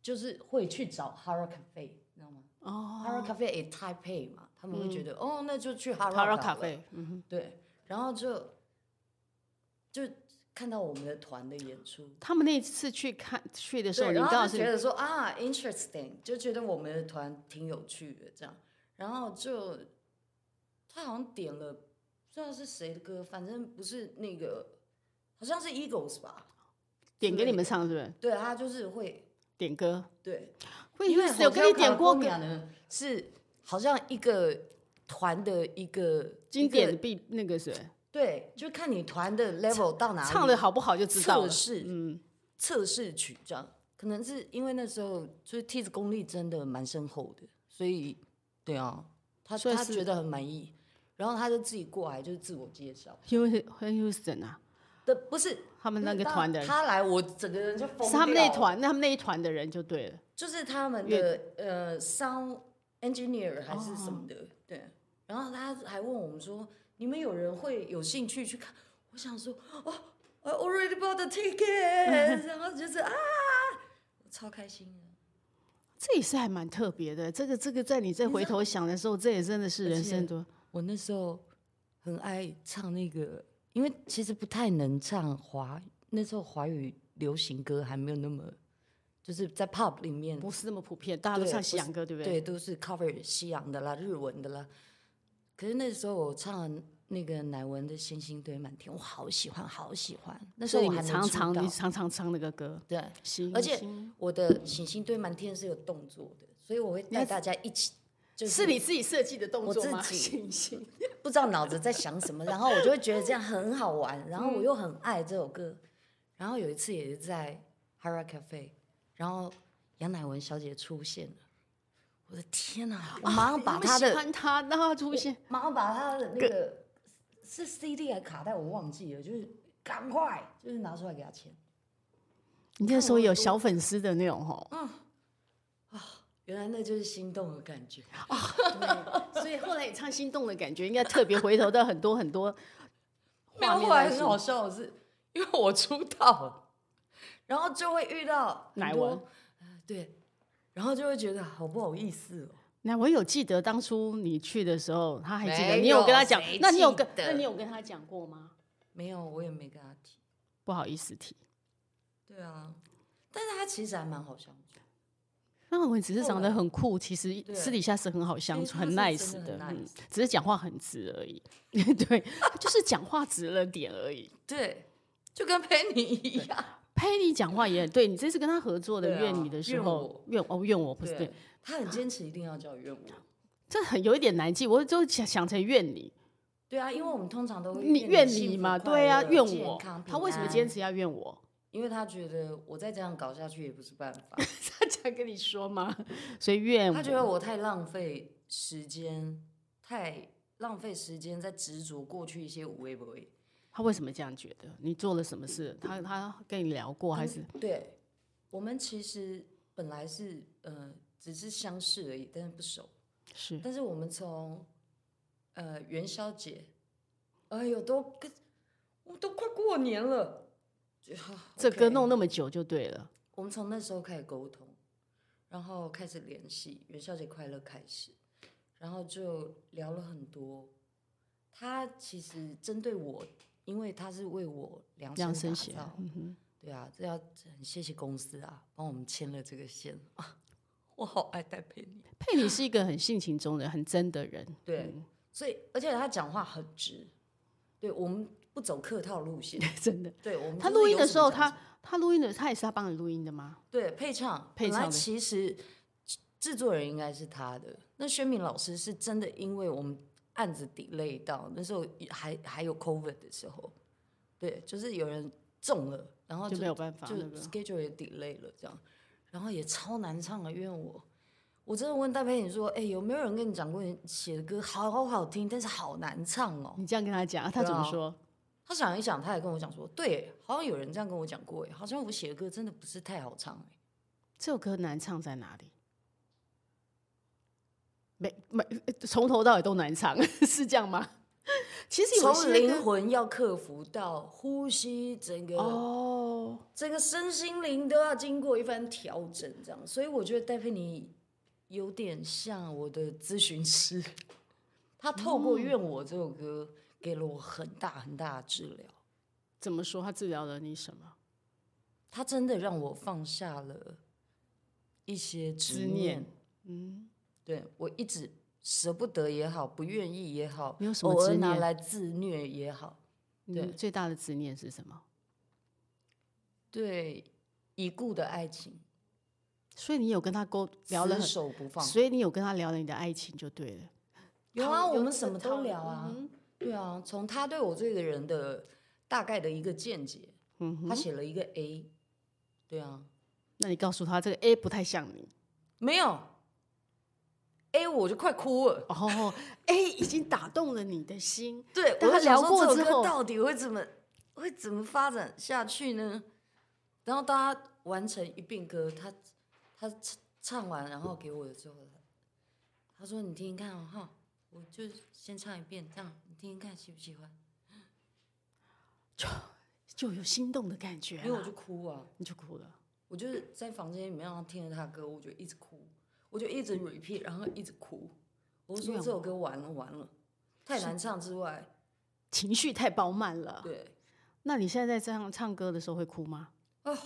就是会去找 Hara Cafe，你知道吗、哦 h a r a Cafe 也 Taipei 嘛，他们会觉得、哦，那就去 Hara 哈拉 Cafe，卡费，嗯哼，对，然后就就看到我们的团的演出。他们那一次去看去的时候，对，你然刚好后就觉是得说啊，interesting，就觉得我们的团挺有趣的这样，然后就他好像点了不知道是谁的歌，反正不是那个，好像是 Eagles 吧？点给你们唱，是不是？对，他就是会点歌，对，会因为有跟你点过歌，呢，是好像一个团的一个经典的一个必那个谁对，就看你团的 level 到哪里，唱的好不好就知道了测。试，嗯，测试曲这样。可能是因为那时候就是梯子功力真的蛮深厚的，所以对啊，他所以他是觉得很满意，然后他就自己过来就是自我介绍因为 Houston 啊，的，不是他们那个不是团的人他他来，我整个人就疯是他们那一掉了，团，那他们那一团的人就对了。就是他们的呃 sound engineer 还是什么哦的，对。然后他还问我们说，你们有人会有兴趣去看？我想说，哦，I already bought the ticket，然后就是啊，我超开心的。这也是还蛮特别的，这个这个，在你再回头想的时候，这也真的是人生多我那时候很爱唱那个，因为其实不太能唱华，那时候华语流行歌还没有那么，就是在 pop 里面，不是那么普遍，大家都对唱不西是洋歌，对不对？对，都是 cover 西洋的啦、日文的啦。可是那时候我唱那个乃文的《星星堆满天》，我好喜欢，好喜欢。那时所候以我你还没常出常道你常常唱那个歌，对，行而且行我的《星星堆满天》是有动作的，所以我会带大家一起，就是你自己设计的动我作自吗？己行行，不知道脑子在想什么，然后我就会觉得这样很好玩，嗯然后我又很爱这首歌。然后有一次也是在 Hara Cafe，然后杨乃文小姐出现了，我的天哪！我马上把啊你那么她喜的，欢他，让他出现，马上把她的那个是 CD 还卡带，我忘记了，就是赶快就是拿出来给她签。你那时候有小粉丝的那种吼，嗯原来那就是心动的感觉。所以后来你唱《心动》的感觉，应该特别回头到很多很多 没有，画面后来在很心好笑的是，因为我出道了，然后就会遇到很乃多文，呃对，然后就会觉得好不好意思哦。那我有记得当初你去的时候，他还记得没你有跟他有讲谁，那你有记跟得那你有跟他讲过吗？没有，我也没跟他提。不好意思提，对啊，但是他其实还蛮好相处，那我只是后长得来很酷，其实对私底下是很好相其处，实他很是 nice 真的的，很嗯 nice， 只是讲话很直而已。对，他就是讲话直了点而已。对，就跟陪你一样。佩妮讲话也很对你这次跟他合作的对《啊怨你》的时怨候我，怨哦怨我不是对对，，他很坚持一定要叫 怨我。这很有一点难记，我就想想成怨你，对啊，因为我们通常都会你怨幸你福嘛，快对啊，乐怨健我康，他为什么平坚安？持要怨 我？因为他觉得我再这样搞下去也不是办法，他这样跟你说吗？所以怨他觉我，得我太浪费时间，太浪费时间在执着过去一些无谓不谓。他为什么这样觉得？你做了什么事？他他跟你聊过还嗯是？对，我们其实本来是呃只是相识而已，但是不熟。是但是我们从呃元宵节，哎呦，都跟我都快过年了，就啊这 OK 歌弄那么久就对了，我们从那时候开始沟通，然后开始联系，元宵节快乐开始，然后就聊了很多。他其实针对我，因为他是为我量这样身生写打造，，嗯哼，对啊，这要很谢谢公司啊，帮我们牵了这个线 啊，我好爱戴佩妮。佩妮是一个很性情中人、很真的人，对，所以而且他讲话很直，对我们不走客套路线。真的。对我们他就是录音有的什时么候，讲他什么他录音的，他也是他帮你录音的吗？对配唱，配本来唱的其实制制作人应该是他的。那宣敏老师是真的，因为我们案子 delay 到那时候还还有 COVID 的时候，对，就是有人中了，然后就哦就没有办法就那个 schedule 也 delay 了这样，然后也超难唱啊了，因为我。我真的问戴佩妮说：“哎、有没有人跟你讲过你写的歌好好听，但是好难唱哦？”你这样跟他讲，他怎么对啊说？他想一想，他也跟我讲说：“对，好像有人这样跟我讲过，哎，好像我写的歌真的不是太好唱，哎，这首歌难唱在哪里？没没，呃从头到尾都难唱， 是这样吗？其实有从些灵歌魂要克服到呼吸，整个、哦，整个身心灵都要经过一番调整，这样。所以我觉得戴佩妮有点像我的咨询师， 他透过《怨我》这首歌给了我很大很大的治疗，怎么说？他治疗了你什么？他真的让我放下了一些执执念念。嗯，对我一直舍不得也好，不愿意也好，你有什么偶尔执拿念来自虐也好，你对最大的执念是什么？对已故的爱情所以你有跟他沟聊了死很，手不放。所以你有跟他聊了你的爱情就对了。有啊，讨我有们这什个么讨都论聊啊，嗯对啊，从他对我这个人的大概的一个见解，嗯他哼，写了一个 A，对啊，那你告诉他这个 A 不太像你没有 A 我就快哭了。哦，A 已经打动了你的心，对，但我他就想聊说过这首之歌后到底会怎么会怎么发展下去呢？然后大家完成一遍歌，他他唱唱完，然后给我的之后，他说：“你听听看哦哈、我就先唱一遍，这样你听听看喜不喜欢就有心动的感？”觉因为我就了，哭啊，你就哭了。我就是在房间里面，然后听着他的歌，我就一直哭，我就一嗯直 repeat，然后一直哭。我就说怨这首歌完了完了，太难唱之外，情绪太饱满了。对。那你现在在唱唱歌的时候会哭吗？哦，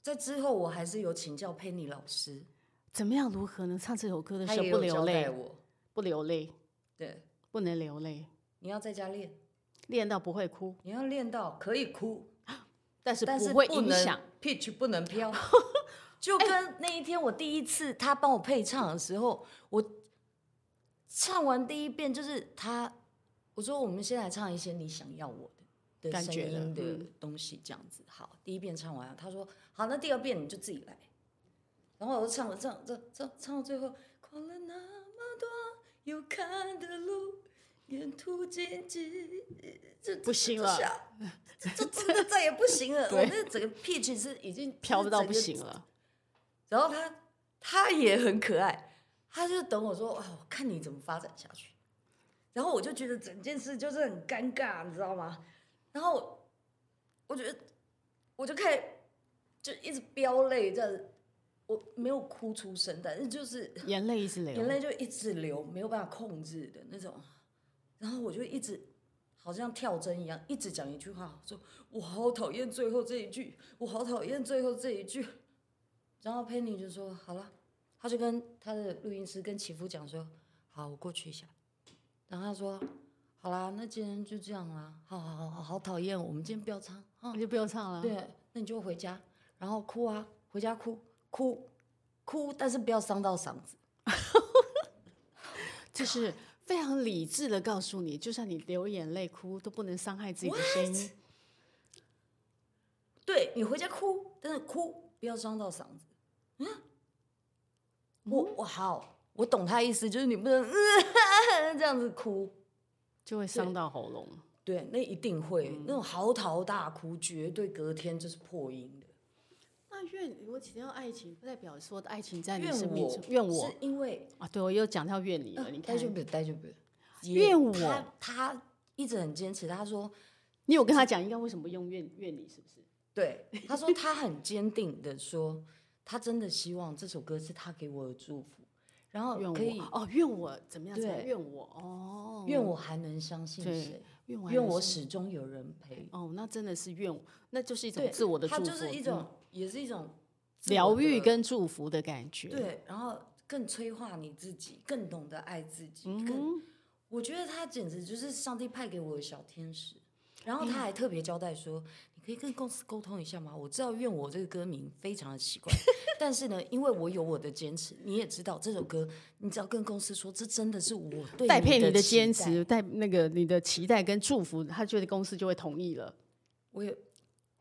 在之后我还是有请教佩妮老师，怎么样如何能唱这首歌的她时候也嗯不有流交代泪？我。不流泪，对，不能流泪，你要在家练，练到不会哭，你要练到可以哭，但是但不是会不影能响。哎 pitch 不能飘。就跟那一天我第一次他帮我配唱的时候，我唱完第一遍就是他，我说我们先来唱一些你想要我的的感声觉的音的嗯东西，这样子。好，第一遍唱完了，他说好，那第二遍你就自己来。然后我就唱了唱唱唱唱到最后，跨了那么多有看的路，沿途荆棘，这不行了，这这这真的再也不行 了。对我那整个 pitch 是已经 飘到不。就是整行个 了，然后他他也很可爱，他就等我说，哦，我看你怎么发展下去。然后我就觉得整件事就是很尴尬，你知道吗？然后我觉得我就开始就一直飙泪，这样子我没有哭出声，但是就是眼泪一直流。眼泪就一直流，没有办法控制的那种。然后我就一直好像跳针一样，一直讲一句话，说我好讨厌最后这一句，我好讨厌最后这一句。然后佩妮就说好了，他就跟他的录音师跟齐夫讲说，好，我过去一下。然后他说好啦，那今天就这样啦。好好好好，好讨厌哦，我们今天不要唱啊那。就不要唱了。，对，那你就回家，然后哭啊，回家哭哭哭，但是不要伤到嗓子。就是非常理智的告诉你，就算你流眼泪哭，都不能伤害自己的声音。对你回家哭，但是哭不要伤到嗓子。嗯，我我好，我懂他意思，就是你不能、 呃、这样子哭。就会伤到喉咙。对，那一定会、嗯那种嚎啕大哭，绝对隔天就是破音的。那愿我只要爱情，不代表说爱情在你怨生命我中，，愿我是呃因为啊，对我又讲到怨你了，你看戴，俊北，戴俊北，怨也我他他一直很坚持，他说你有跟他讲应该为什么用怨怨你是不是？ 对，他说他很坚定的说，他真的希望这首歌是他给我的祝福，然后怨可以我哦，怨我怎么样？怎么样对怨我哦，愿我还能相信对谁，怨我愿我还是始终有人陪。哦，那真的是怨我，那就是一种对，自我的祝他福，就是一嗯种，也是一种自疗我愈的跟祝福的感觉。，对，然后更催化你自己，更懂得爱自己，更嗯，我觉得他简直就是上帝派给我的小天使。然嗯后他还特别交代说：“你可以跟公司沟通一下吗？我知道‘愿我’这个歌名非常的奇怪， 但是呢，因为我有我的坚持，你也知道这首歌，你只要跟公司说，这真的是我对代配你的的期坚待持，，代那个你的期待跟祝福，他觉得公司就会同意了。我也。”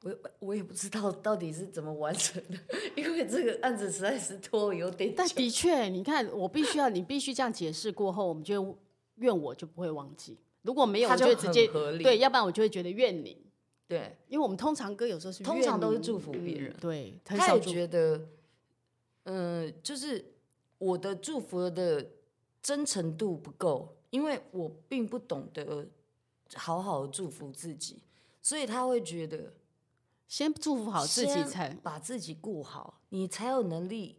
我也我也不知道到底是怎么完成的，因为这个案子实在是拖了有点但久。的确，你看，我必须要，你必须这样解释过后，我们就怨我就不会忘记。如果没有，它我就会直接很合理对，要不然我就会觉得怨你，对，因为我们通常歌有时候是通常怨都是你祝福别嗯人对，很他少也祝福觉得，嗯，就是我的祝福的真诚度不够，因为我并不懂得好好地祝福自己，所以他会觉得先祝福好自己先才把自己顾好，你才有能力。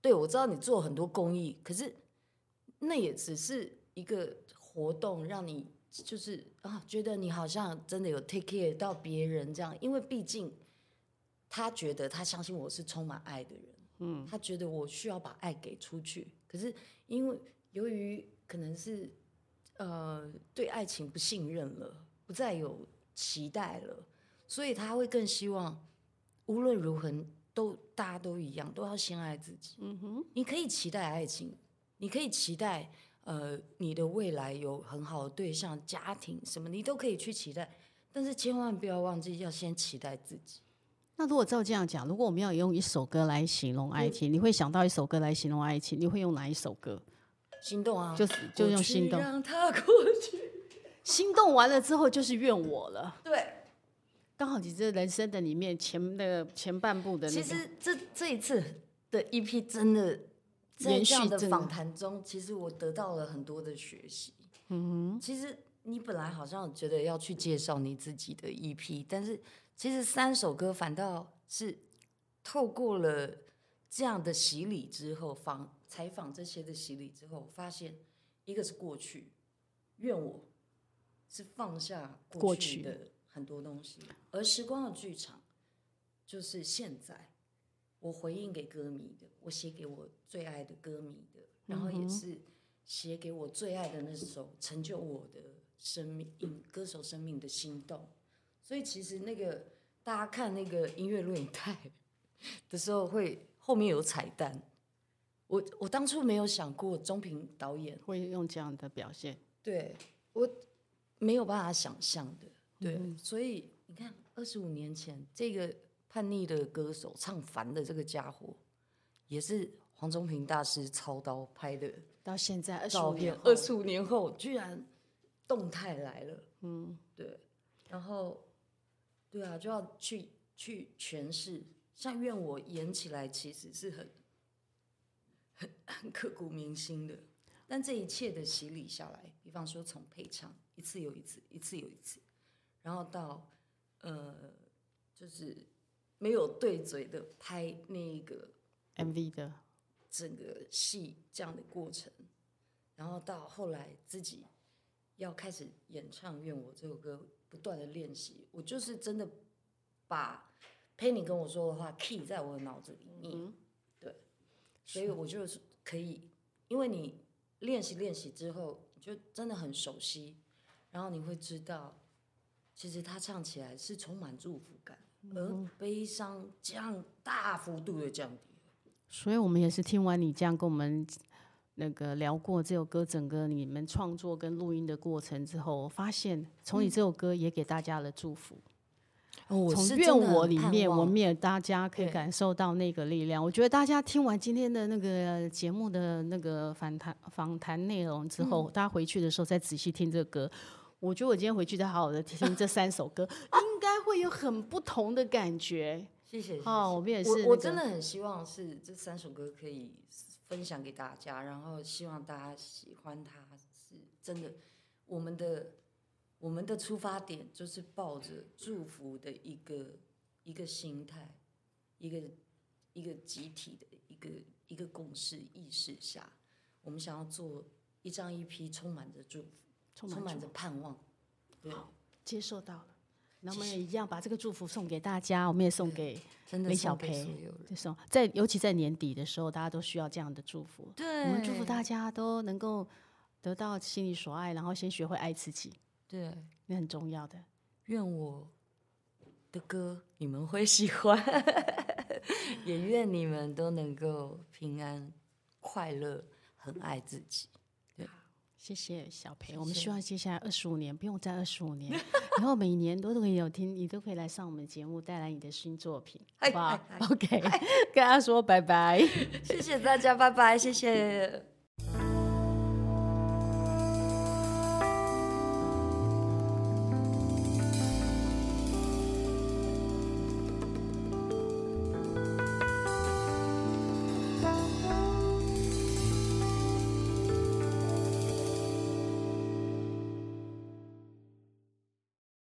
对我知道你做很多公益，可是那也只是一个活动，让你就是啊，觉得你好像真的有 take care 到别人这样，因为毕竟他觉得他相信我是充满爱的人，嗯，他觉得我需要把爱给出去，可是因为由于可能是呃对爱情不信任了，不再有期待了，所以他会更希望无论如何都大家都一样，都要先爱自己。嗯哼，你可以期待爱情，你可以期待呃你的未来有很好的对象、家庭什么，你都可以去期待，但是千万不要忘记要先期待自己。那如果照这样讲，如果我们要用一首歌来形容嗯爱情，你会想到一首歌来形容爱情，你会用哪一首歌？心动啊，就是就用过去心动让它过 去。心动完了之后就是怨我了。对，刚好你这人生的里面前的前半部的那其个，实这这一次的 EP 真的在延这样续的真的访谈中，其实我得到了很多的学习。嗯其实你本来好像觉得要去介绍你自己的 EP，但是其实三首歌反倒是透过了这样的洗礼之后，访采访这些的洗礼之后，我发现一个是过去，愿我是放下过过去去的很多东西，而时光的剧场就是现在，我回应给歌迷的，我写给我最爱的歌迷的，然后也是写给我最爱的那首成就我的生命嗯歌手生命的心动。所以其实那个大家看那个音乐录影带 的时候会，后面有彩蛋。我我当初没有想过钟平导演会用这样的表现。对我没有办法想象的，嗯对，所以你看，二十五年前这个叛逆的歌手唱烦的这个家伙，也是黄宗平大师操刀拍的到现在二十照五片年，，二十五年后居然动态来了，嗯，对，然后对啊，就要去去诠释，像愿我演起来其实是很很很刻骨铭心的，但这一切的洗礼下来，比方说从配唱一次又一次，一次又一次，然后到呃，就是没有对嘴的拍那一个 MV 的，整个戏这样的过程，然后到后来自己要开始演唱《愿我》这首歌，不断的练习，我就是真的把 Penny 跟我说的话 key 在我的脑子里面，对，所以我就是可以，因为你练习练习之后，你就真的很熟悉，然后你会知道，其实他唱起来是充满祝福感，而悲伤降大幅度的降低。所以我们也是听完你这样跟我们那个聊过这首歌整个你们创作跟录音的过程之后，我发现从你这首歌也给大家了祝福。嗯哦我从是愿真的我很里盼面，我望们也大家可以对感受到那个力量。我觉得大家听完今天的那个节目的那个访谈访谈内容之后，嗯大家回去的时候再仔细听这个歌。我觉得我今天回去再好好的听这三首歌，应该会有很不同的感 觉。谢谢。谢谢哦，我们也是、我我真的很希望是这三首歌可以分享给大家，然后希望大家喜欢它，是真的。我们的我们的出发点就是抱着祝福的一个一个心态，一个一个集体的一个一个共识意识下，我们想要做一张一批充满着祝福，充充满满着着盼望。对，接受到了。那我们也一样把这个祝福送给大家，我们也送给真的李送小给培所有人。这种，在尤其在年底的时候，大家都需要这样的祝福。对，我们祝福大家都能够得到心里所爱，然后先学会爱自己，对。那很重要的。愿我的歌你们会喜欢， 也愿你们都能够平安、快乐、很爱自己。谢谢小培，谢我们谢希望接下来二十五年不用再二十五 年，然后每年都都可以有听，你都可以来上我们节目，带来你的新作品，好嗨不好嗨嗨哎？OK，跟大家说拜拜。谢谢大家，拜拜，谢谢。